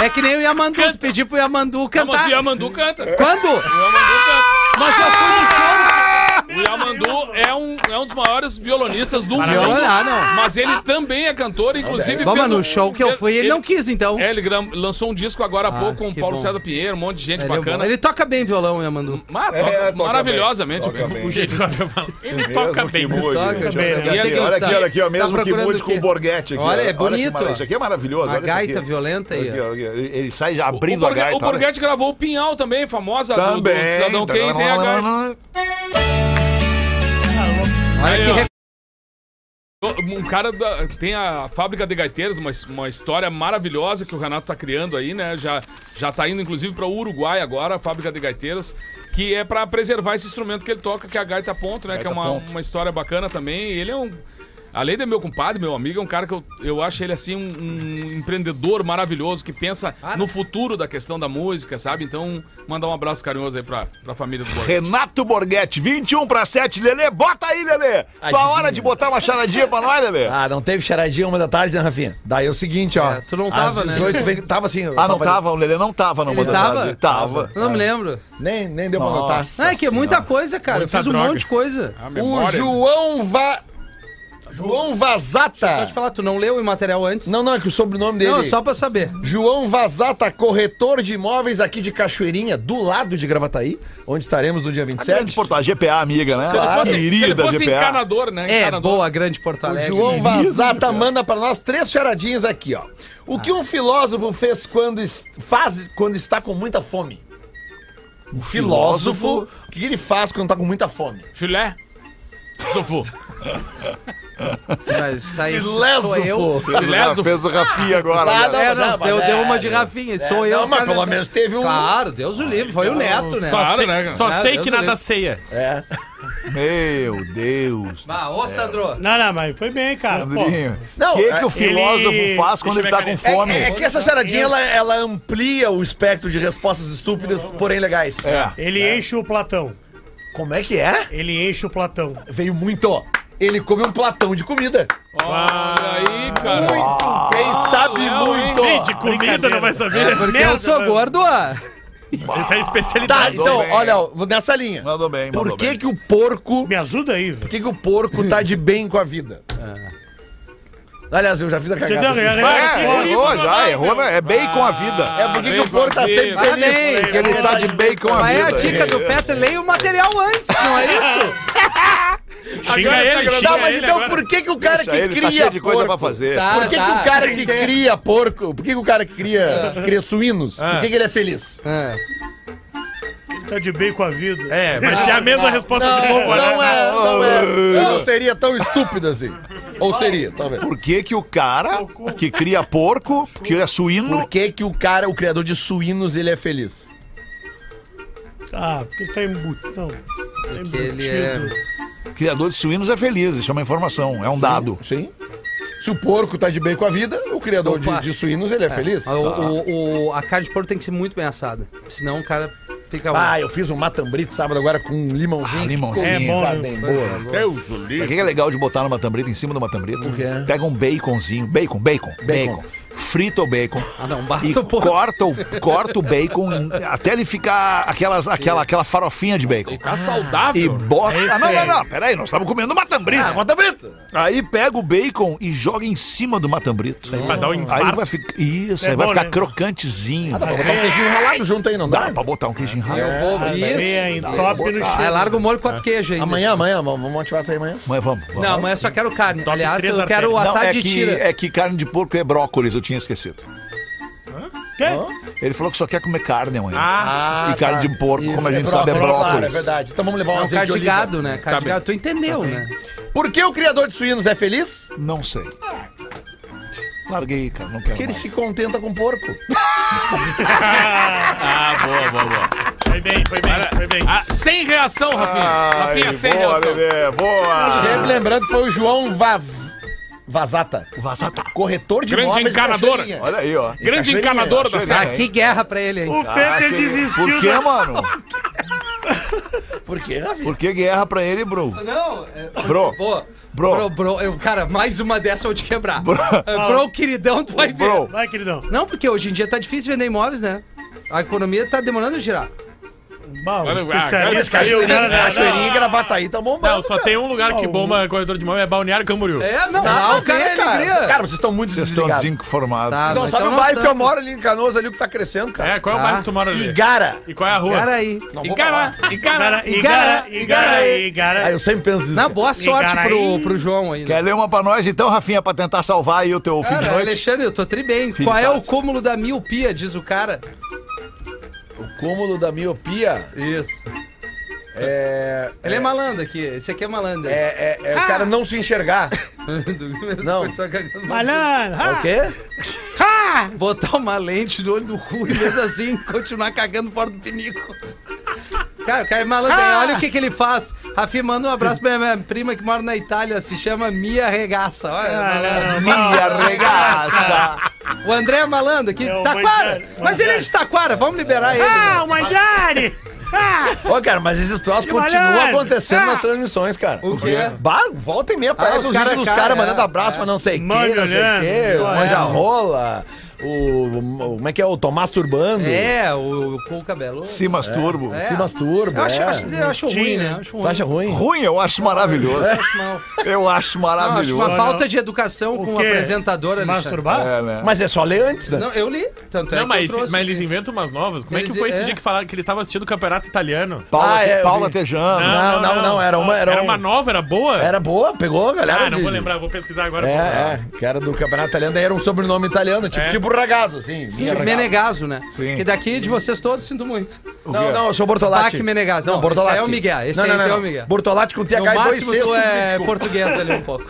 S3: É que nem o Yamandu, tu pedi pro Yamandu
S5: Não, Mas o
S3: cantar.
S5: Yamandu canta.
S1: É.
S3: Quando?
S5: O Yamandu canta.
S3: Mas eu fui no show.
S5: O Yamandu é um, é um dos maiores violonistas do mundo.
S3: Violão, ah, não.
S5: Mas ele também é cantor, inclusive.
S3: Bom, mas
S5: fez um-
S3: no show que eu fui, ele não quis, então.
S5: É, ele gram- lançou um disco agora há pouco com o
S3: que
S5: Paulo
S3: bom.
S5: César Pinheiro, um monte de gente
S3: Ele, é bom.
S5: bacana.
S3: Ele toca bem violão, Yamandu.
S5: Mas
S1: É,
S5: toca maravilhosamente bem.
S9: O
S7: [laughs]
S9: jeito que ela fala. Ele toca bem.
S3: Toca
S7: bem, né?
S1: Olha aqui, olha aqui, olha aqui, ó, mesmo que
S3: procurando
S1: mude
S3: o
S1: com
S3: quê?
S1: o Borghetti aqui.
S3: Olha, é
S1: que
S3: bonito,
S1: maravilha.
S3: ó.
S1: Isso aqui é maravilhoso.
S3: Uma
S1: olha isso aqui.
S3: gaita violenta
S6: é
S3: aí,
S1: Aqui,
S3: ó.
S1: ó, Ele ele sai
S5: O
S1: abrindo a
S5: Borghe-
S1: gaita. né?
S5: O Borghetti gravou o Pinhal também, famosa do-
S1: Também.
S5: do Cidadão Kane. Tem a gaita.
S3: Olha que re-
S5: Um cara da- tem a fábrica de gaiteiros, uma, uma história maravilhosa que o Renato tá criando aí, né? Já, já tá indo inclusive para o Uruguai agora, a fábrica de gaiteiros, que é para preservar esse instrumento que ele toca, que é a gaita ponto, né? que é uma, uma história bacana também. E ele é um. Além de meu compadre, meu amigo, é um cara que eu, eu acho ele assim um, um empreendedor maravilhoso que pensa no futuro da questão da música, sabe? Então, mandar um abraço carinhoso aí pra, pra família do Borges.
S1: Renato Borghetti, 21 pra 7, Lelê, bota aí, Lelê! Tua
S6: Adivinha.
S1: hora de botar uma charadinha pra nós, Lelê!
S6: Ah, não teve charadinha uma da tarde, né, Rafinha? Daí é o seguinte, ó.
S3: É, tu não tava,
S6: às
S3: né?
S6: 18 vem- tava assim.
S1: Ah, não tava, o Lelê não tava na
S3: Ele
S1: moda
S3: tava?
S1: tarde. Tava.
S3: Eu não me lembro.
S6: Nem, nem deu pra notar.
S3: Não, é que é muita coisa, cara. eu
S9: Muita
S3: fiz um
S9: droga.
S3: monte de coisa.
S5: A é
S6: O João Va... João
S3: Só
S6: Vazata.
S3: te falar, tu não leu o material antes?
S6: Tá. Não, não, é que o sobrenome dele...
S3: Não, só pra saber.
S6: João Vazata, corretor de imóveis aqui de Cachoeirinha, do lado de Gravataí, onde estaremos no dia
S1: A grande
S6: 27.
S1: porta, a GPA amiga, né?
S5: Se ele fosse, se ele
S1: Querida
S5: fosse
S1: GPA.
S5: encanador, né?
S3: É,
S5: encanador.
S3: boa, grande Porto
S6: O
S3: Alegre.
S6: João Vazata manda pra nós três charadinhas aqui, ó. O que um filósofo fez quando es- faz quando está com muita fome? Um filósofo, o que ele faz quando está com muita fome?
S5: Filé. Sofu.
S3: Mas isso aí sou eu.
S6: Filósofo.
S5: Leso.
S1: Fez o Rafinha agora.
S6: Ah,
S1: né?
S3: É,
S6: não,
S3: não,
S6: mas
S3: deu,
S6: é,
S3: deu uma de
S6: é.
S3: Rafinha, sou
S6: É,
S3: eu.
S6: não,
S3: os
S6: mas
S3: caras
S6: pelo
S3: já-
S6: menos teve um-
S3: Claro, Deus o livre, foi o Neto, né?
S9: Só
S5: Claro,
S9: sei,
S5: né, cara?
S9: só
S3: Ah,
S9: sei
S3: Deus
S9: que
S3: do
S9: nada
S3: livro.
S9: ceia.
S6: É.
S1: Meu Deus. do
S3: Ah, ô, Sandro.
S7: Não, não, mas foi bem, cara. pô.
S1: Sandrinho.
S6: Não,
S1: O que, que
S6: é,
S1: o filósofo
S7: ele-
S1: faz quando ele
S9: Deixa
S1: tá
S9: eu
S1: com
S9: ver
S1: fome?
S6: É, é que essa charadinha ela, ela amplia o espectro de respostas estúpidas, porém legais.
S1: É.
S7: Ele enche o Platão.
S6: Como é que é?
S7: Ele enche o Platão.
S6: Veio muito, ó. Ele come um platão de comida.
S5: Olha aí, cara.
S6: Quem sabe
S1: Ah,
S5: Léo, hein?
S6: muito. ó.
S9: Gente, comida não vai saber.
S3: Porque eu sou gordo, ó.
S9: Essa é a
S6: Tá,
S9: especialidade.
S6: então,
S1: bem.
S6: olha, ó, nessa linha.
S1: Mandou bem, mandou
S6: Por que
S1: bem.
S6: que o porco...
S7: Me ajuda aí, velho.
S6: Por que que o porco tá de bem com a vida?
S1: É.
S6: Aliás, eu já fiz a
S7: Você deu a
S6: cagada.
S7: regra
S1: Ah,
S7: aqui, ó.
S1: é, errou já, errou, né? É bem com a vida.
S6: É porque
S5: Ah,
S6: que o
S5: bem com
S6: porco tá
S5: a
S6: sempre
S5: vida.
S6: feliz.
S3: Parabéns.
S1: Porque ele tá de bem com a
S3: Mas é
S1: vida.
S3: a dica do Fetter, leia o material antes, não é isso?
S9: Xinga
S5: essa
S9: ele,
S5: grana-
S9: xinga
S6: Tá, mas
S9: ele
S6: então
S9: agora.
S6: por que que o cara
S1: Deixa
S6: que
S1: ele, tá
S6: cria
S1: cheio de coisa pra Ah,
S6: porco...
S1: fazer.
S3: Tá.
S6: Por que, que o cara que
S3: Tem que-
S6: cria porco, por que, que o cara que
S1: Ah.
S6: cria, que cria suínos, por que, que ele é feliz?
S3: Ah,
S7: Tá de bem com a vida.
S9: É, vai ser a mesma resposta de novo, né?
S1: Ah,
S6: Não é, não é. Não seria tão estúpido assim. Ou seria, talvez.
S1: Por que que o cara que cria porco, que é suíno...
S6: Por que que o cara, o criador de suínos, ele é feliz?
S7: Ah, porque ele tá embutido. Não. Tá embutido.
S3: ele é-
S1: Criador de suínos é feliz, isso é uma informação, é um dado.
S6: Sim. Se o porco tá de bem com a vida, o criador de,
S3: Opa.
S6: de suínos, ele é, feliz.
S1: Ah,
S3: O- o- o- a carne de porco tem que ser muito bem assada, senão o cara fica ruim.
S6: Ah, eu fiz um matambrito sábado agora com um limãozinho.
S1: Ah, limãozinho. tá
S6: Coisa
S7: É bom, né?
S6: bem
S3: Pois
S6: boa.
S3: é,
S5: Deus do
S1: Sabe O
S5: livro.
S1: que que é legal de botar numa tambrita, em cima de uma tambrita?
S6: quê?
S1: Pega um baconzinho, bacon, bacon, bacon.
S6: Bacon.
S1: Frita o bacon.
S3: Ah, não,
S1: E
S3: basta o porco.
S1: corta o, corta o bacon em- até ele ficar aquelas, aquela, aquela farofinha de bacon.
S5: Ele tá saudável.
S1: E bota.
S7: Esse
S1: Ah, não, não,
S7: é-
S1: não. Peraí, nós estamos comendo matambrita.
S6: Matambrito!
S1: Aí pega o bacon e joga em cima do matambrito.
S9: Pra dar um
S1: Aí
S9: infarto.
S1: vai ficar. Isso,
S7: É
S1: aí vai
S7: bom,
S1: ficar
S7: né?
S1: crocantezinho.
S6: Dá pra botar um queijinho ralado junto aí, não dá?
S1: Dá pra botar um queijinho ralado.
S3: Eu vou-
S7: Isso.
S3: Isso. Ah,
S7: em top no
S3: Aí
S7: chão.
S3: larga o molho com quatro queijo ainda.
S6: Amanhã, amanhã, vamos vamos ativar isso aí amanhã.
S1: Mas vamos. vamos.
S3: Não, amanhã eu só quero carne.
S9: Top
S3: Aliás,
S9: três
S3: eu quero o
S1: Não,
S3: assado
S1: é,
S3: de
S1: que,
S3: tira.
S1: é que carne de porco é brócolis, eu tinha esquecido.
S7: Quê?
S1: Ele falou que só quer comer carne amanhã.
S9: Ah,
S1: e carne de porco, como a gente sabe, é
S6: Claro, é
S1: brócolis.
S6: verdade. Então vamos levar um
S3: É um
S6: azeite de oliva.
S3: cardigado, né? Cardigado. Tu entendeu, né?
S6: Por que o criador de suínos é feliz?
S1: Não sei. Larguei, cara, não quero.
S6: Porque ele
S1: mais.
S6: se contenta com porco.
S5: Ah, boa, boa, boa.
S9: foi bem, foi bem, foi bem.
S5: Ah, sem reação, Rafinha. Rafinha, sem reação.
S1: Lelê, boa!
S6: Sempre lembrando que foi o João Vaz... Vazata,
S1: Vazata.
S6: corretor de
S5: Grande
S6: imóveis de
S5: encanadora.
S6: Cachoeirinha.
S1: Olha aí, ó.
S5: Grande
S6: Cachoeirinha,
S5: encanador da
S1: Cachoeirinha.
S5: série.
S3: Ah, que guerra pra ele, hein?
S7: O Feder desistiu
S1: Por que, mano?
S6: Por quê, Ravi?
S1: Por que guerra pra ele, bro?
S3: Não, é...
S1: Bro.
S3: Boa.
S1: Bro.
S3: Bro, bro. Eu, cara, mais uma dessa eu vou te quebrar.
S1: Bro.
S3: É, bro queridão, tu vai ver.
S1: Bro,
S7: Vai, queridão.
S3: Não, porque hoje em dia tá difícil vender imóveis, né? A economia tá demorando a girar.
S7: Bom,
S5: Olha,
S7: especialista
S5: ah,
S7: aí, o cara-
S6: Cachoeirinha e Gravataí tá bombando.
S9: Não, só tem um lugar que bomba corredor de mão, é Balneário Camboriú.
S3: É, não,
S6: Nada
S3: lá
S6: a
S3: o cara
S6: ver,
S3: é alegria.
S6: Cara, vocês estão muito
S1: vocês estão
S6: desligados.
S1: desinformados.
S3: Tá,
S6: Não,
S3: Mas
S6: sabe
S3: então
S6: o bairro
S3: nós
S6: que eu
S3: tamo.
S6: moro ali em Canoas, ali o que tá crescendo, cara?
S9: É, qual é o
S3: Ah.
S9: bairro que tu mora ali?
S6: Igara.
S9: E qual é a rua?
S3: Cara aí.
S6: Não vou
S5: Igara,
S3: né?
S6: falar.
S5: Igara.
S7: Igara, Igara, Igara,
S6: Ah, eu
S7: Igara.
S6: sempre penso nisso.
S3: Na boa sorte
S7: Ligaram
S3: pro,
S7: aí.
S3: pro João aí. né?
S1: Quer ler uma pra nós então, Rafinha, pra tentar salvar aí o teu fim de
S3: Cara,
S1: noite?
S3: Alexandre, eu tô tri bem.
S1: Fim
S3: Qual
S1: de
S3: é
S1: tarde.
S3: o cúmulo da miopia, diz o cara?
S6: O cômulo da miopia
S3: Isso.
S6: é...
S3: Ele é, Ah. malandro aqui. Esse aqui é malandro. [laughs]
S6: É, é- é o cara não se enxergar. Não.
S3: é
S7: Malhando.
S6: É
S7: ah.
S6: o quê?
S3: Botar uma lente no olho do cu e mesmo assim continuar cagando fora do pinico. Cara, o cara é malandro.
S7: Ah!
S3: hein? Olha o que, que ele faz. Rafi, manda um abraço pra minha prima que mora na Itália. Se chama Mia Regaça. Olha,
S7: Ah,
S3: malandro.
S7: Malhando.
S1: Minha regaça!
S3: O André é malandro aqui
S7: É,
S3: de
S7: o
S3: Taquara.
S7: Mangiare.
S3: Mas ele é de Taquara. Vamos liberar ele. né?
S7: Ah, o Mangiari! Ah,
S6: Ô, cara, mas esses troços continuam
S7: malandro!
S6: acontecendo
S7: Ah!
S6: nas transmissões, cara.
S3: O quê? Ah,
S6: Bah, volta e meia aparece
S3: os
S6: os
S3: cara-
S6: vídeos dos
S3: cara,
S6: caras
S3: é,
S6: mandando abraço pra não sei quem,
S7: Mano
S6: não sei o
S7: olhando,
S6: quê, o
S7: é.
S6: Manja Rola, o, o- Como é que é? O Tomás Turbando.
S3: É, o, o cabelo.
S1: Se masturbo.
S3: É.
S6: Se masturba.
S3: Eu acho,
S6: é.
S3: eu acho, eu acho ruim, né? Eu Acho
S6: Tu
S3: ruim.
S6: acha ruim?
S1: Ruim, eu acho maravilhoso.
S3: Eu acho mal.
S1: Eu acho
S3: Não, acho
S1: maravilhoso.
S3: uma falta de educação
S7: o
S3: com o
S7: quê?
S3: apresentador,
S7: Se
S3: Alexandre.
S7: masturbar?
S1: É, né?
S6: Mas é só ler antes, né?
S3: Não, eu li. Tanto é que
S9: Não,
S3: eu
S9: mas,
S3: trouxe
S9: mas
S3: aqui.
S9: eles inventam umas novas. Como é
S3: Eles-
S9: que foi esse
S3: é.
S9: dia que falaram que eles estavam assistindo o campeonato italiano?
S1: Paula,
S6: Ah, é, eu
S1: Paula
S6: vi.
S1: Tejano.
S7: Né?
S6: Não, não, não, era uma- era
S9: Era
S6: um-
S9: uma nova, era boa?
S6: Era boa, pegou a galera.
S9: Ah, não
S6: de-
S9: vou lembrar, vou pesquisar agora. vou lembrar.
S6: É, é. Que era do campeonato italiano, daí era um sobrenome italiano, tipo,
S9: É.
S6: tipo ragazzo, assim.
S3: De
S6: Minha Ragazzo.
S3: Menegaso, né?
S1: Sim.
S3: Que daqui de vocês todos sinto muito.
S6: Não, não, eu sou Bortolatti.
S3: Baque Menegasso.
S6: Não,
S3: Não,
S6: Bortolatti.
S3: esse aí é o Miguel, esse aí é o Miguel.
S6: Bortolatti com TH
S3: No
S6: e dois
S3: máximo
S6: Cs.
S3: tu
S6: tudo
S3: é
S6: junto.
S3: português ali um pouco.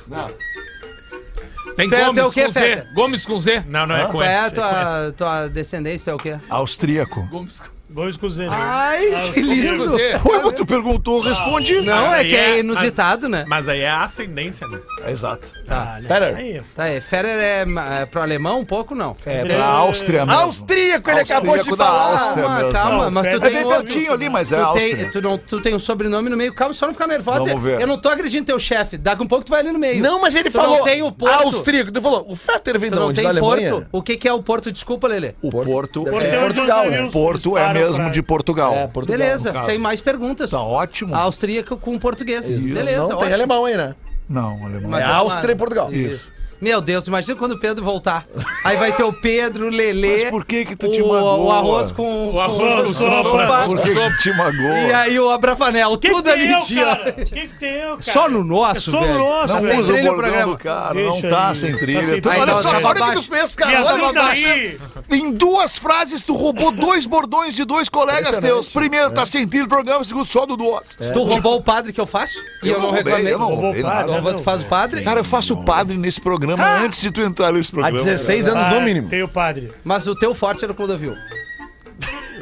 S5: Tem
S3: Tu é- tu é
S5: Gomes
S3: o quê,
S5: com Z.
S3: Feta?
S5: Gomes com Z.
S9: Não, não, é com
S3: Qual é a
S9: essa. É
S3: tua, tua descendência? Tu é o quê?
S1: Austríaco.
S5: Gomes com
S7: Gomes com Z.
S3: Ah, Ai, que
S5: Gomes com
S3: lindo.
S5: Z.
S1: Ué, mas tu perguntou, eu respondi.
S3: [laughs] Não, é
S9: Aí
S3: que é
S9: é-
S3: inusitado, né?
S9: Mas aí é a ascendência, né?
S1: Exato.
S3: Tá.
S6: Pera.
S7: Aí,
S3: Tá, é, Ferrer é, ma- é pro alemão um pouco, não?
S1: É pra Áustria mesmo.
S6: Austríaco, ele acabou de
S1: Austríaco da
S6: falar.
S1: Áustria.
S3: Calma,
S1: mesmo.
S3: calma,
S7: Não,
S3: mas tu
S7: Ferrer
S1: É
S3: tem
S1: bem
S3: outro.
S1: pertinho ali, mas é
S3: tu,
S1: Áustria.
S3: tem, tu, não, tu tem um sobrenome no meio, calma, só não ficar nervosa.
S1: Vamos ver.
S3: Eu não tô agredindo teu chefe, daqui um pouco tu vai ali no meio.
S6: Não, mas ele
S3: Tu
S6: falou
S3: Não tem o Porto.
S6: Austríaco. Tu falou, o Fetter vem
S3: Tu
S6: de
S3: não
S6: onde? Da
S3: tem
S6: Alemanha?
S3: Porto. O que, que é o Porto? Desculpa, Lelê.
S1: O Porto
S7: Porto
S1: é
S7: é onde os né?
S6: Portugal,
S7: navios
S1: Porto é
S7: param.
S1: mesmo de Portugal.
S6: É, Portugal.
S3: Beleza,
S6: no caso.
S3: sem mais perguntas.
S1: É, Tá ótimo.
S3: Austríaco com português. Beleza,
S6: não, tem
S3: ótimo.
S6: alemão aí, né?
S1: Não, alemão.
S3: Mas
S6: É
S3: é
S6: Áustria
S3: claro.
S6: e Portugal.
S3: Isso. Meu Deus, imagina quando o Pedro voltar. Aí vai ter o Pedro, o Lelê.
S1: Mas por que que tu te
S3: é o,
S1: magoa?
S3: o arroz com.
S5: O arroz
S3: com
S5: com
S3: sopa.
S5: sopa.
S1: Por que que te magoa?
S3: E aí o Abravanel,
S7: Que que
S3: tudo
S7: tem
S3: ali,
S7: eu,
S3: tio.
S7: cara? Que que tem eu, cara?
S3: Só no nosso,
S7: É só
S3: velho.
S7: no nosso,
S1: Não
S3: Tá
S7: velho.
S3: sem
S1: usa o
S3: trilha o
S1: bordão
S3: programa.
S1: do cara,
S7: Deixa
S1: não tá
S7: aí.
S1: sem
S7: Tá
S1: trilha.
S7: sem
S1: Tu-
S3: trilha.
S1: olha
S3: Aí,
S1: só,
S3: tá
S1: olha o que tu
S3: abaixo.
S1: fez,
S7: Me
S1: cara. Olha o que
S7: ajuda
S1: tu
S7: aí.
S1: Em duas frases, tu roubou dois bordões de dois colegas teus. Primeiro, tá sem trilha o programa, segundo, só do doce.
S3: Tu roubou o padre que eu faço? E É. eu, não
S1: roubei,
S3: reclamei.
S1: eu não
S7: Roubou
S1: roubei
S7: o padre,
S1: nada.
S7: né?
S3: Agora tu faz o padre?
S1: Cara, eu faço o padre nesse programa antes de tu entrar nesse
S6: Há
S1: programa.
S6: 16 anos no
S7: Ah,
S6: mínimo.
S7: Tem o padre.
S3: Mas o teu forte era o Clodovil.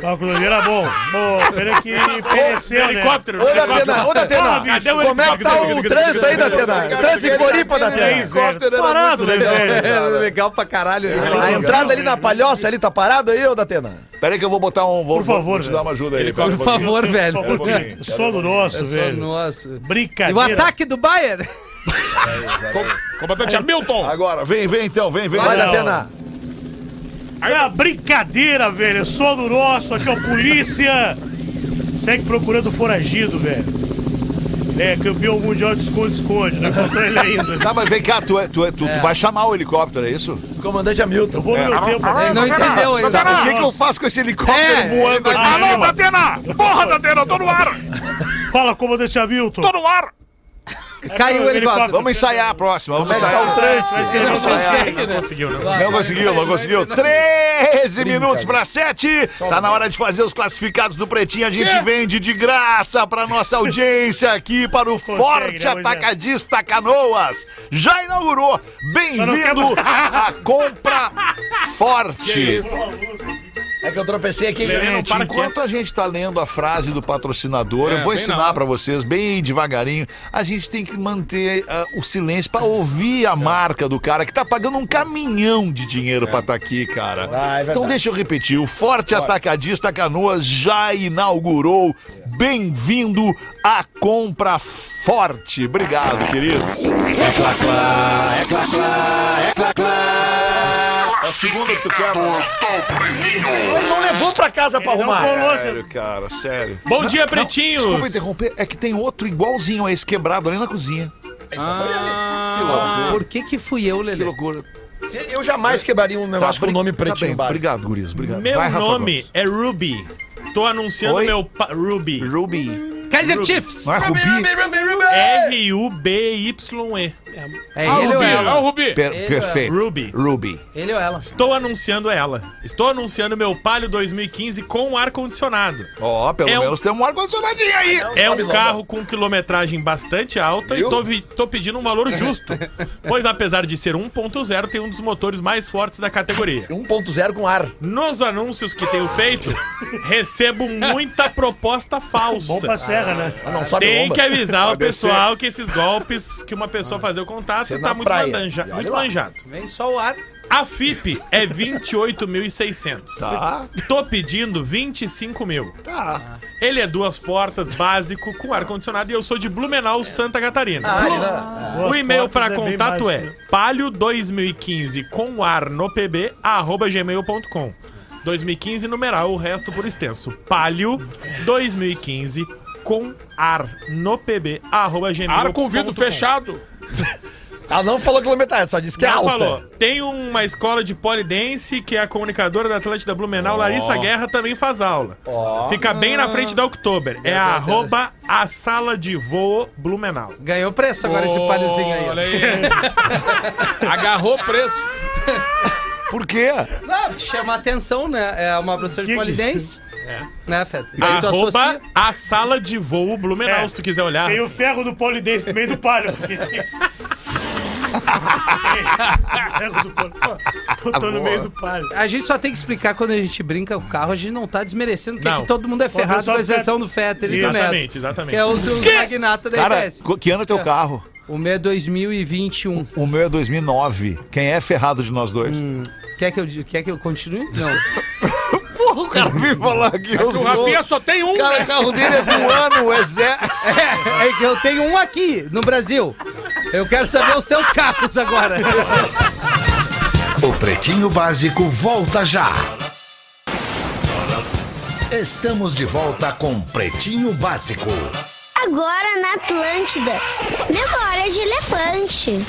S7: Ah, O Cruzeiro era bom. Bom, pena que pereceu, né?
S5: Helicóptero.
S6: Ô, Datena, ô,
S7: Porra,
S6: Datena,
S7: bicho,
S6: como é que tá o trânsito aí, Datena? O trânsito em Floripa,
S7: Tem,
S6: Datena.
S7: tá velho. Parado, né, velho?
S3: Era legal pra caralho.
S6: A entrada ali na palhoça, ali, tá parado aí, ô, Datena?
S1: Peraí que eu vou botar um... Vou,
S7: Por favor,
S1: vou te dar uma ajuda aí.
S5: Ele
S1: cara,
S5: corre-
S1: um
S3: Por
S1: pouquinho.
S3: favor, velho.
S7: Um pouquinho. Só do nosso,
S3: É só
S7: velho.
S3: nosso. E o
S7: Brincadeira.
S3: ataque do Bayern?
S5: Combatente Hamilton.
S1: Agora, vem, vem então, vem, vem.
S6: Vai,
S7: Não.
S6: Datena.
S7: É uma brincadeira, velho. É só do nosso. Aqui é o polícia. Segue procurando foragido, velho. É, campeão mundial de esconde-esconde. Não encontrou ele ainda.
S1: Tá, mas vem cá, tu, é- tu, é- tu, tu vai chamar o helicóptero, é isso?
S6: Comandante Hamilton.
S7: Eu vou no meu tempo.
S3: Ele não entendeu ainda.
S1: O Ah, que, que eu faço com esse helicóptero
S3: É,
S1: voando
S3: ele vai-
S1: aqui? em
S7: Ah,
S1: cima?
S5: Datena! Porra, Datena, eu tô no ar!
S7: Fala, comandante Hamilton.
S5: no ar!
S3: Caiu o helicóptero.
S1: Vamos ensaiar a próxima, vamos
S6: Como é que tá
S1: ensaiar.
S6: o trânsito?
S7: Mas que ele não consegue.
S5: Não conseguiu, não.
S1: Não conseguiu, não conseguiu. 13 minutos para 7. Tá na hora de fazer os classificados do Pretinho. A gente vende de graça para nossa audiência aqui para o
S7: Consegue,
S1: Forte
S7: né, Moisés?
S1: Atacadista Canoas. Já inaugurou. Bem-vindo à [laughs] compra forte.
S6: É que eu tropecei aqui.
S1: Gente, enquanto a gente tá lendo a frase do patrocinador, eu
S5: É,
S1: vou
S5: bem na
S1: ensinar
S5: hora.
S1: pra vocês bem devagarinho. A gente tem que manter ah, o silêncio pra ouvir a marca do cara que tá pagando um caminhão de dinheiro pra estar aqui, cara.
S6: Ah, é verdade.
S1: então deixa eu repetir. O Forte Atacadista Canoas já inaugurou. Bem-vindo à compra forte. Obrigado, queridos. É segunda que tu quer, mano.
S6: Ele não levou pra casa pra
S7: Não
S6: arrumar.
S7: colou, Então, vocês-
S1: Sério, cara, sério.
S9: Bom dia,
S1: Pretinho.
S9: pretinhos!
S1: Desculpa interromper, é que tem outro igualzinho a esse quebrado ali na cozinha.
S5: Ah,
S1: Que loucura.
S3: Por que que fui É. eu,
S1: Que
S3: Lelê?
S1: loucura.
S6: Eu jamais quebraria um negócio com o
S1: brin-
S6: nome
S1: tá
S6: pretinho
S1: bem.
S6: embaixo.
S1: Obrigado, Gurias. Obrigado.
S9: Meu
S1: Vai, Rafa
S9: nome
S1: Gomes.
S9: é Ruby. Tô anunciando
S1: Oi?
S9: meu pa- Ruby.
S1: Ruby.
S3: Kaiser Chiefs.
S1: Não é Rubi?
S9: R-U-B-Y-E.
S3: É
S5: Ah, o
S3: ele ou
S5: Rubi, ah, o
S3: ela?
S5: Rubi.
S1: Per-
S3: Ele,
S1: perfeito.
S9: Ruby.
S1: Ruby.
S3: Ele ou ela?
S9: Estou anunciando ela. Estou anunciando meu Palio 2015 com ar-condicionado.
S1: Ó, pelo
S9: É um-
S1: menos tem um ar-condicionadinho aí.
S9: É um
S6: Sabe,
S9: carro com quilometragem bastante alta e tô, vi- tô pedindo um valor
S6: [laughs]
S9: justo. pois apesar de ser 1.0, tem um dos motores mais fortes da categoria.
S6: 1.0 com ar.
S9: Nos anúncios que tenho feito, recebo muita proposta
S7: Bom pra
S9: falsa.
S7: serra, né?
S6: Ah, não sobe
S9: Tem
S6: bomba.
S9: que avisar o
S1: Pode ser.
S9: pessoal que esses golpes que uma pessoa fazer o contato
S6: Ser
S9: tá
S6: na
S9: muito,
S6: praia.
S9: mandanja-
S6: E olha
S9: muito
S6: lá.
S9: manjado.
S3: Vem só o ar.
S9: A FIP é 28.600.
S1: Tá,
S9: Tô pedindo 25 mil.
S1: tá.
S9: Ele é duas portas, básico, com ar-condicionado e eu sou de Blumenau, Santa Catarina.
S6: Ah, ele não-
S9: O e-mail para
S7: Portas é bem
S9: contato é
S7: básico,
S9: palio2015 com ar no pb, arroba gmail.com. 2015 numeral, o resto por extenso. Palio2015 com ar no pb, arroba gmail.com.
S5: Ar com vidro fechado.
S6: Ela Ah, não falou quilometragem, só disse que é
S9: Ela
S6: alta.
S9: falou, tem uma escola de polidense que é a comunicadora da Atlântida Blumenau, Larissa Guerra, também faz aula.
S6: Ó.
S9: Fica bem na frente da Oktober. É a arroba a sala de voo Blumenau.
S3: Ganhou preço agora esse
S5: Oh,
S3: palhozinho aí. ó.
S5: Olha aí. [laughs] Agarrou o preço.
S1: Por quê?
S3: Não, Ah, chama atenção, né? É uma professora de
S7: Que que-
S3: polidense. Né, Fed? Daí tu
S9: Arroba
S3: associa.
S9: a sala de voo Blumenau,
S7: É.
S9: se tu quiser olhar.
S7: Tem o ferro do polidense no meio do palho.
S9: [laughs]
S7: ferro do palio. Pô, Botou no meio do palho.
S3: A gente só tem que explicar quando a gente brinca com o carro, a gente não tá desmerecendo, porque
S9: Não.
S3: aqui todo mundo é ferrado,
S7: só
S3: com
S7: o
S3: exceção
S7: Fetter.
S3: do Fetter e do
S9: Exatamente,
S3: Neto. Que
S9: exatamente.
S3: é o seu magnata da
S1: Cara,
S3: IBS.
S1: co- que ano é teu carro?
S3: O meu é 2021.
S1: O meu é 2009. Quem é ferrado de nós dois?
S3: Quer que eu, di- quer que eu continue? Não.
S1: Porra, o cara me falou que eu
S5: O Rafinha só tem um,
S1: Cara,
S5: né?
S1: o carro dele é do ano, é zero.
S3: É, é que eu tenho um aqui, no Brasil. Eu quero saber os teus carros agora.
S11: O Pretinho Básico volta já. Estamos de volta com Pretinho Básico.
S12: Agora na Atlântida. Memória de elefante.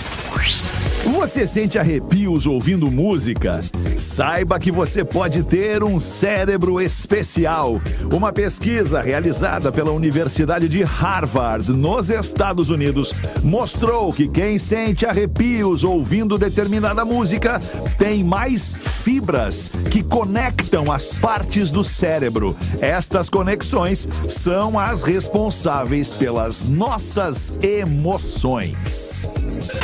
S1: Você sente arrepios ouvindo música? Saiba que você pode ter um cérebro especial. Uma pesquisa realizada pela Universidade de Harvard, nos Estados Unidos, mostrou que quem sente arrepios ouvindo determinada música tem mais fibras que conectam as partes do cérebro. Estas conexões são as responsáveis pelas nossas emoções.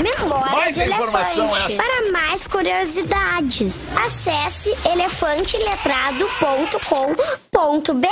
S12: Memória
S1: Mais
S12: de
S1: informação
S12: elefante. Para mais curiosidades, acesse elefanteletrado.com.br.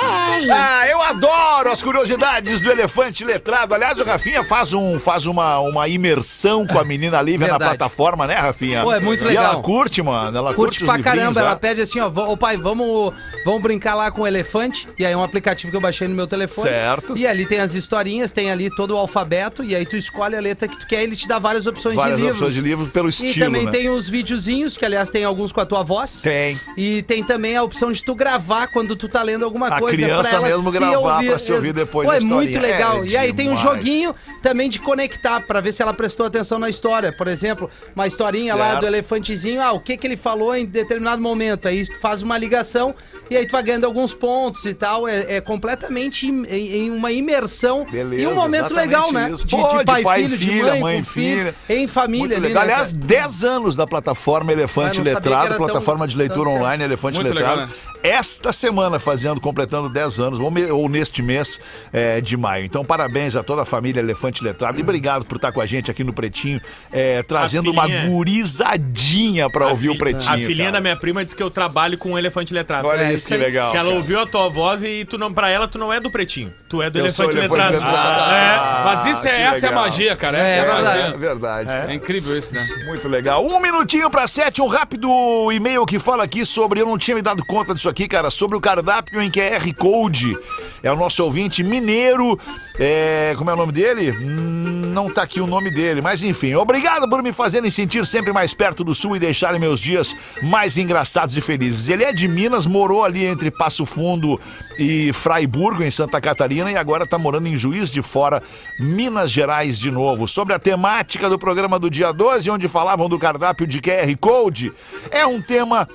S1: Ah, eu adoro as curiosidades do elefante letrado. Aliás, o Rafinha faz, um, faz uma, uma imersão com a menina Lívia na
S3: Verdade.
S1: plataforma, né, Rafinha?
S3: Pô, é muito
S1: E
S3: legal.
S1: ela curte, mano. Ela curte,
S3: Curte
S1: os
S3: pra
S1: livrinhos, né?
S3: caramba,
S1: ó.
S3: ela pede assim, ó, ô pai, vamos, vamos brincar lá com o elefante. E aí é um aplicativo que eu baixei no meu telefone.
S1: Certo.
S3: E ali tem as historinhas, tem ali todo o alfabeto, e aí tu escolhe a letra que tu quer, ele te dá várias opções
S1: Várias
S3: de livros.
S1: opções de livros pelo
S3: E
S1: estilo,
S3: também
S1: né?
S3: tem os videozinhos, que aliás tem alguns com a tua voz.
S1: Tem.
S3: E tem também a opção de tu gravar quando tu tá lendo alguma
S1: A
S3: coisa.
S1: criança mesmo gravar pra se ouvir
S3: Ex-
S1: depois
S3: Pô,
S1: da
S3: é muito
S1: historinha.
S3: legal.
S1: É
S3: e aí tem um
S1: demais.
S3: joguinho também de conectar, pra ver se ela prestou atenção na história. Por exemplo, uma historinha lá
S1: Certo.
S3: do elefantezinho. Ah, o que que ele falou em determinado momento. Aí tu faz uma ligação e aí tu vai ganhando alguns pontos e tal. É, é completamente im- em, em uma imersão.
S1: Beleza,
S3: e um momento
S1: exatamente
S3: legal, né?
S1: isso. Pô, de pai e filha, mãe e
S3: com filho,
S1: filha.
S3: Em família
S1: Muito
S3: ali,
S1: legal.
S3: né,
S1: Aliás,
S3: cara?
S1: 10 anos da plataforma Elefante
S3: Ah, não sabia que
S1: Letrado,
S3: era tão-
S1: plataforma de leitura
S3: tão-
S1: online Elefante
S5: Muito
S1: Letrado.
S5: legal,
S3: né?
S1: Esta semana fazendo, completando 10 anos, ou, me- ou neste mês é, de maio. Então, parabéns a toda a família Elefante Letrado e obrigado por estar com a gente aqui no Pretinho, é, trazendo uma
S9: filhinha-
S1: gurizadinha pra ouvir
S9: fi-
S1: o Pretinho.
S9: A filhinha
S1: cara.
S9: da minha prima disse que eu trabalho com um elefante letrado.
S1: Olha
S3: É,
S1: isso
S3: isso
S1: que
S3: aí.
S1: legal.
S9: que ela
S1: cara.
S9: ouviu a tua voz e tu não, pra ela tu não é do pretinho. Tu é do
S1: Eu sou
S9: elefante
S1: elefante
S9: letrado.
S1: letrado.
S9: Ah,
S1: Ah,
S5: Mas isso é,
S1: que
S5: essa é a
S1: legal.
S5: magia, cara. Essa
S3: É,
S5: é, a
S3: verdade.
S1: É
S5: magia.
S1: verdade. cara.
S5: É incrível isso, né?
S1: Muito legal. Um minutinho para sete, um rápido e-mail que fala aqui sobre. Eu não tinha me dado conta disso aqui, cara, sobre o cardápio em QR Code. É o nosso ouvinte mineiro. é, como é o nome dele? Hum, Não tá aqui o nome dele, mas enfim. Obrigado por me fazerem sentir sempre mais perto do sul e deixarem meus dias mais engraçados e felizes. Ele é de Minas, morou ali entre Passo Fundo e Fraiburgo, em Santa Catarina, e agora tá morando em Juiz de Fora, Minas Gerais de novo. Sobre a temática do programa do dia 12, onde falavam do cardápio de QR Code, é um tema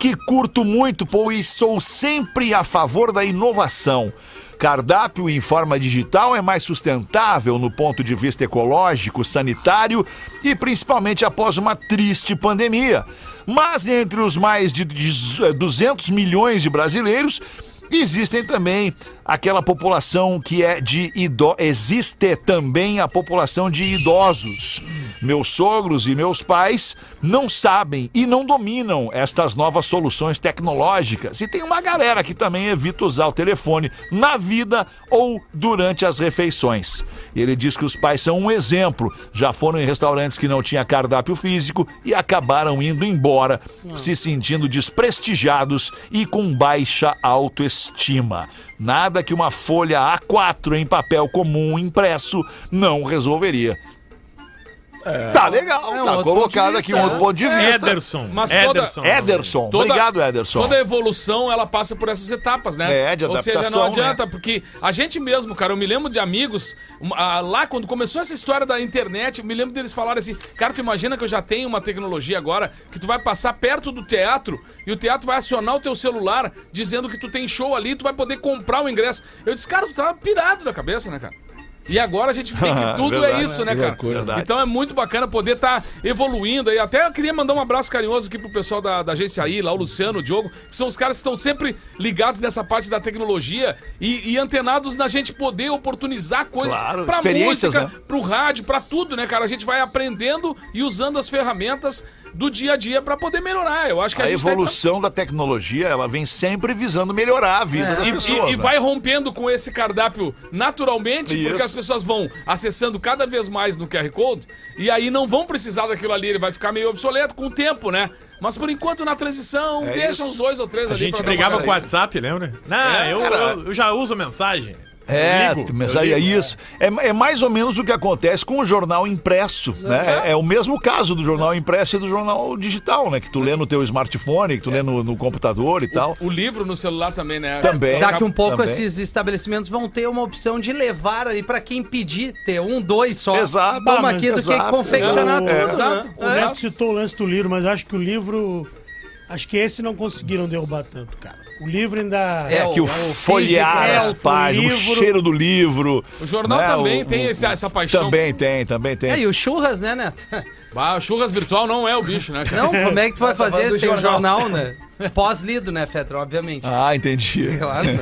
S1: que curto muito, pois sou sempre a favor da inovação. Cardápio em forma digital é mais sustentável no ponto de vista ecológico, sanitário e principalmente após uma triste pandemia. Mas entre os mais de 200 milhões de brasileiros, Existem também aquela população que é de ido... existe também a população de idosos. Meus sogros e meus pais não sabem e não dominam estas novas soluções tecnológicas. E tem uma galera que também evita usar o telefone na vida ou durante as refeições. Ele diz que os pais são um exemplo. Já foram em restaurantes que não tinha cardápio físico e acabaram indo embora, se sentindo desprestigiados e com baixa autoestima. Nada que uma folha A4 em papel comum impresso não resolveria. Tá legal,
S3: É um
S1: tá
S3: outro ponto de
S1: colocado
S3: vista,
S1: aqui um outro ponto de vista.
S9: Ederson.
S5: Mas toda-
S9: Ederson.
S1: Ederson,
S5: né? Toda-
S1: obrigado, Ederson.
S5: Toda evolução, ela passa por essas etapas, né?
S1: É, de
S5: Ou seja,
S1: adaptação,
S5: não adianta, porque a gente mesmo, cara, eu me lembro de amigos, um, ah, lá quando começou essa história da internet, eu me lembro deles falarem assim, cara, tu imagina que eu já tenho uma tecnologia agora, que tu vai passar perto do teatro, e o teatro vai acionar o teu celular, dizendo que tu tem show ali, tu vai poder comprar o ingresso. Eu disse, cara, tu tá pirado da cabeça, né, cara? E agora a gente vê
S1: [laughs]
S5: que tudo é
S1: Verdade,
S5: isso, né, cara?
S1: Verdade.
S5: Então é muito bacana poder estar evoluindo aí. Até eu queria mandar um abraço carinhoso aqui pro pessoal da, da agência aí, lá o Luciano, o Diogo, que são os caras que estão sempre ligados nessa parte da tecnologia e, e antenados na gente poder oportunizar coisas
S1: Claro,
S5: pra
S1: experiências,
S5: música,
S1: né?
S5: pro rádio, pra tudo, né, cara? A gente vai aprendendo e usando as ferramentas do dia a dia pra poder melhorar. Eu acho que a,
S1: A
S5: gente tá
S1: evolução da tecnologia, ela vem sempre visando melhorar a vida das
S5: É. e,
S1: pessoas.
S5: e- e
S1: né?
S5: vai rompendo com esse cardápio naturalmente,
S1: Isso.
S5: porque as pessoas vão acessando cada vez mais no QR Code e aí não vão precisar daquilo ali, ele vai ficar meio obsoleto com o tempo, né? Mas por enquanto na transição,
S1: É
S5: deixa
S1: isso.
S5: uns dois ou três
S9: A
S5: ali
S9: gente
S5: pra dar uma
S9: brigava
S5: saída.
S9: com o WhatsApp, lembra? Não,
S1: É,
S9: eu,
S1: cara.
S9: eu, eu já uso mensagem.
S1: É,
S9: ligo,
S1: mensagem, é isso. É, é mais ou menos o que acontece com o jornal impresso, né? É, é o mesmo caso do jornal impresso e do jornal digital, né? Que tu lê no teu smartphone, que tu lê no, no computador e tal.
S5: O livro no celular também, né?
S1: Também.
S3: Daqui um pouco
S1: Também.
S3: esses estabelecimentos vão ter uma opção de levar ali pra quem pedir ter um, dois só.
S1: Exato,
S3: Toma
S1: mas
S3: aqui do que
S1: exato.
S3: confeccionar
S1: Não,
S3: tudo,
S1: é.
S3: né?
S5: Exato.
S7: O Neto citou o lance do livro, mas eu acho que o livro. Acho que esse não conseguiram derrubar tanto, cara. O livro ainda.
S1: É, que o,
S7: físico,
S1: folhear
S7: é,
S1: as
S7: o
S1: páginas, o
S7: livro.
S1: cheiro do livro.
S5: O jornal
S1: né?
S5: também
S1: O-
S5: tem
S1: o-
S5: esse- essa paixão.
S1: Também tem, também tem.
S3: É, e o churras, né,
S6: [laughs]
S3: Neto?
S5: Ah, churras virtual não é o bicho, né, cara?
S3: Não, como é que tu vai fazer
S6: falando do
S3: sem o
S6: jornal.
S3: jornal, né? Pós-lido, né, Fetra? Obviamente.
S1: Ah, É. entendi.
S3: Claro. né?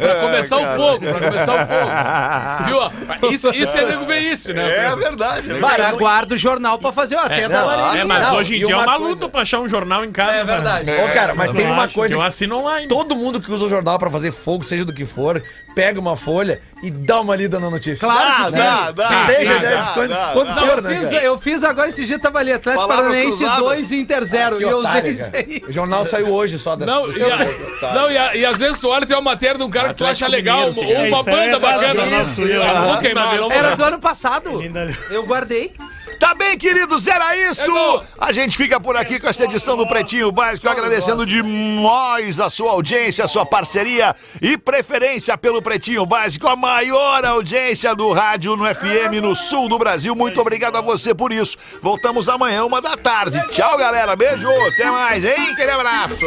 S5: Pra começar o fogo, pra começar o fogo. Viu?
S1: [laughs]
S5: ó? Isso, isso é nego ver isso, né?
S1: É verdade. né?
S3: Mas aguarda o jornal pra fazer, ó, até da
S9: É,
S3: lareira.
S9: mas
S6: Não,
S9: hoje
S6: e
S9: em dia é
S6: uma
S9: uma
S6: coisa-
S9: luta pra achar um jornal em casa.
S3: É verdade.
S6: Ô, cara, mas tem
S7: eu
S6: uma
S7: acho
S6: coisa
S9: Eu assino online.
S6: Todo mundo que usa o jornal pra fazer fogo, seja do que for, pega uma folha e dá uma lida na notícia.
S3: Claro que
S6: né?
S1: dá, dá,
S6: Seja
S1: dá,
S6: né,
S1: dá,
S6: de quanto,
S1: dá,
S6: quanto
S1: dá.
S6: for,
S3: Eu
S6: né,
S3: fiz,
S6: cara?
S3: eu fiz agora esse dia, tava ali, Atlético
S1: Palavras
S3: Paranaense
S1: cruzadas.
S3: 2, Inter 0.
S6: Ah, Que
S3: E eu usei
S6: otário,
S3: isso
S6: cara.
S3: aí.
S6: O jornal saiu hoje só dessa.
S5: Não,
S6: desse
S5: e, a-
S6: jogo, tá?
S5: não e, a- e às vezes tu olha e tem uma matéria de um cara que tu
S9: Atlético
S5: acha legal,
S9: Mineiro, que
S5: ou
S7: é
S5: uma
S7: isso aí,
S5: banda
S7: é
S5: bacana.
S7: do nosso
S5: Eu
S7: livro.
S5: vou queimar, eu vou
S3: Era
S6: É.
S3: do ano passado.
S7: Ainda-
S3: Eu guardei.
S1: Tá bem, queridos, era isso!
S5: Chegou.
S1: A gente fica por aqui com essa edição do Pretinho Básico, agradecendo demais a sua audiência, a sua parceria e preferência pelo Pretinho Básico, a maior audiência do rádio no FM no sul do Brasil. Muito obrigado a você por isso. Voltamos amanhã, uma da tarde. Tchau, galera. Beijo, até mais, hein? Aquele abraço!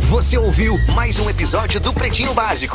S13: Você ouviu mais um episódio do Pretinho Básico.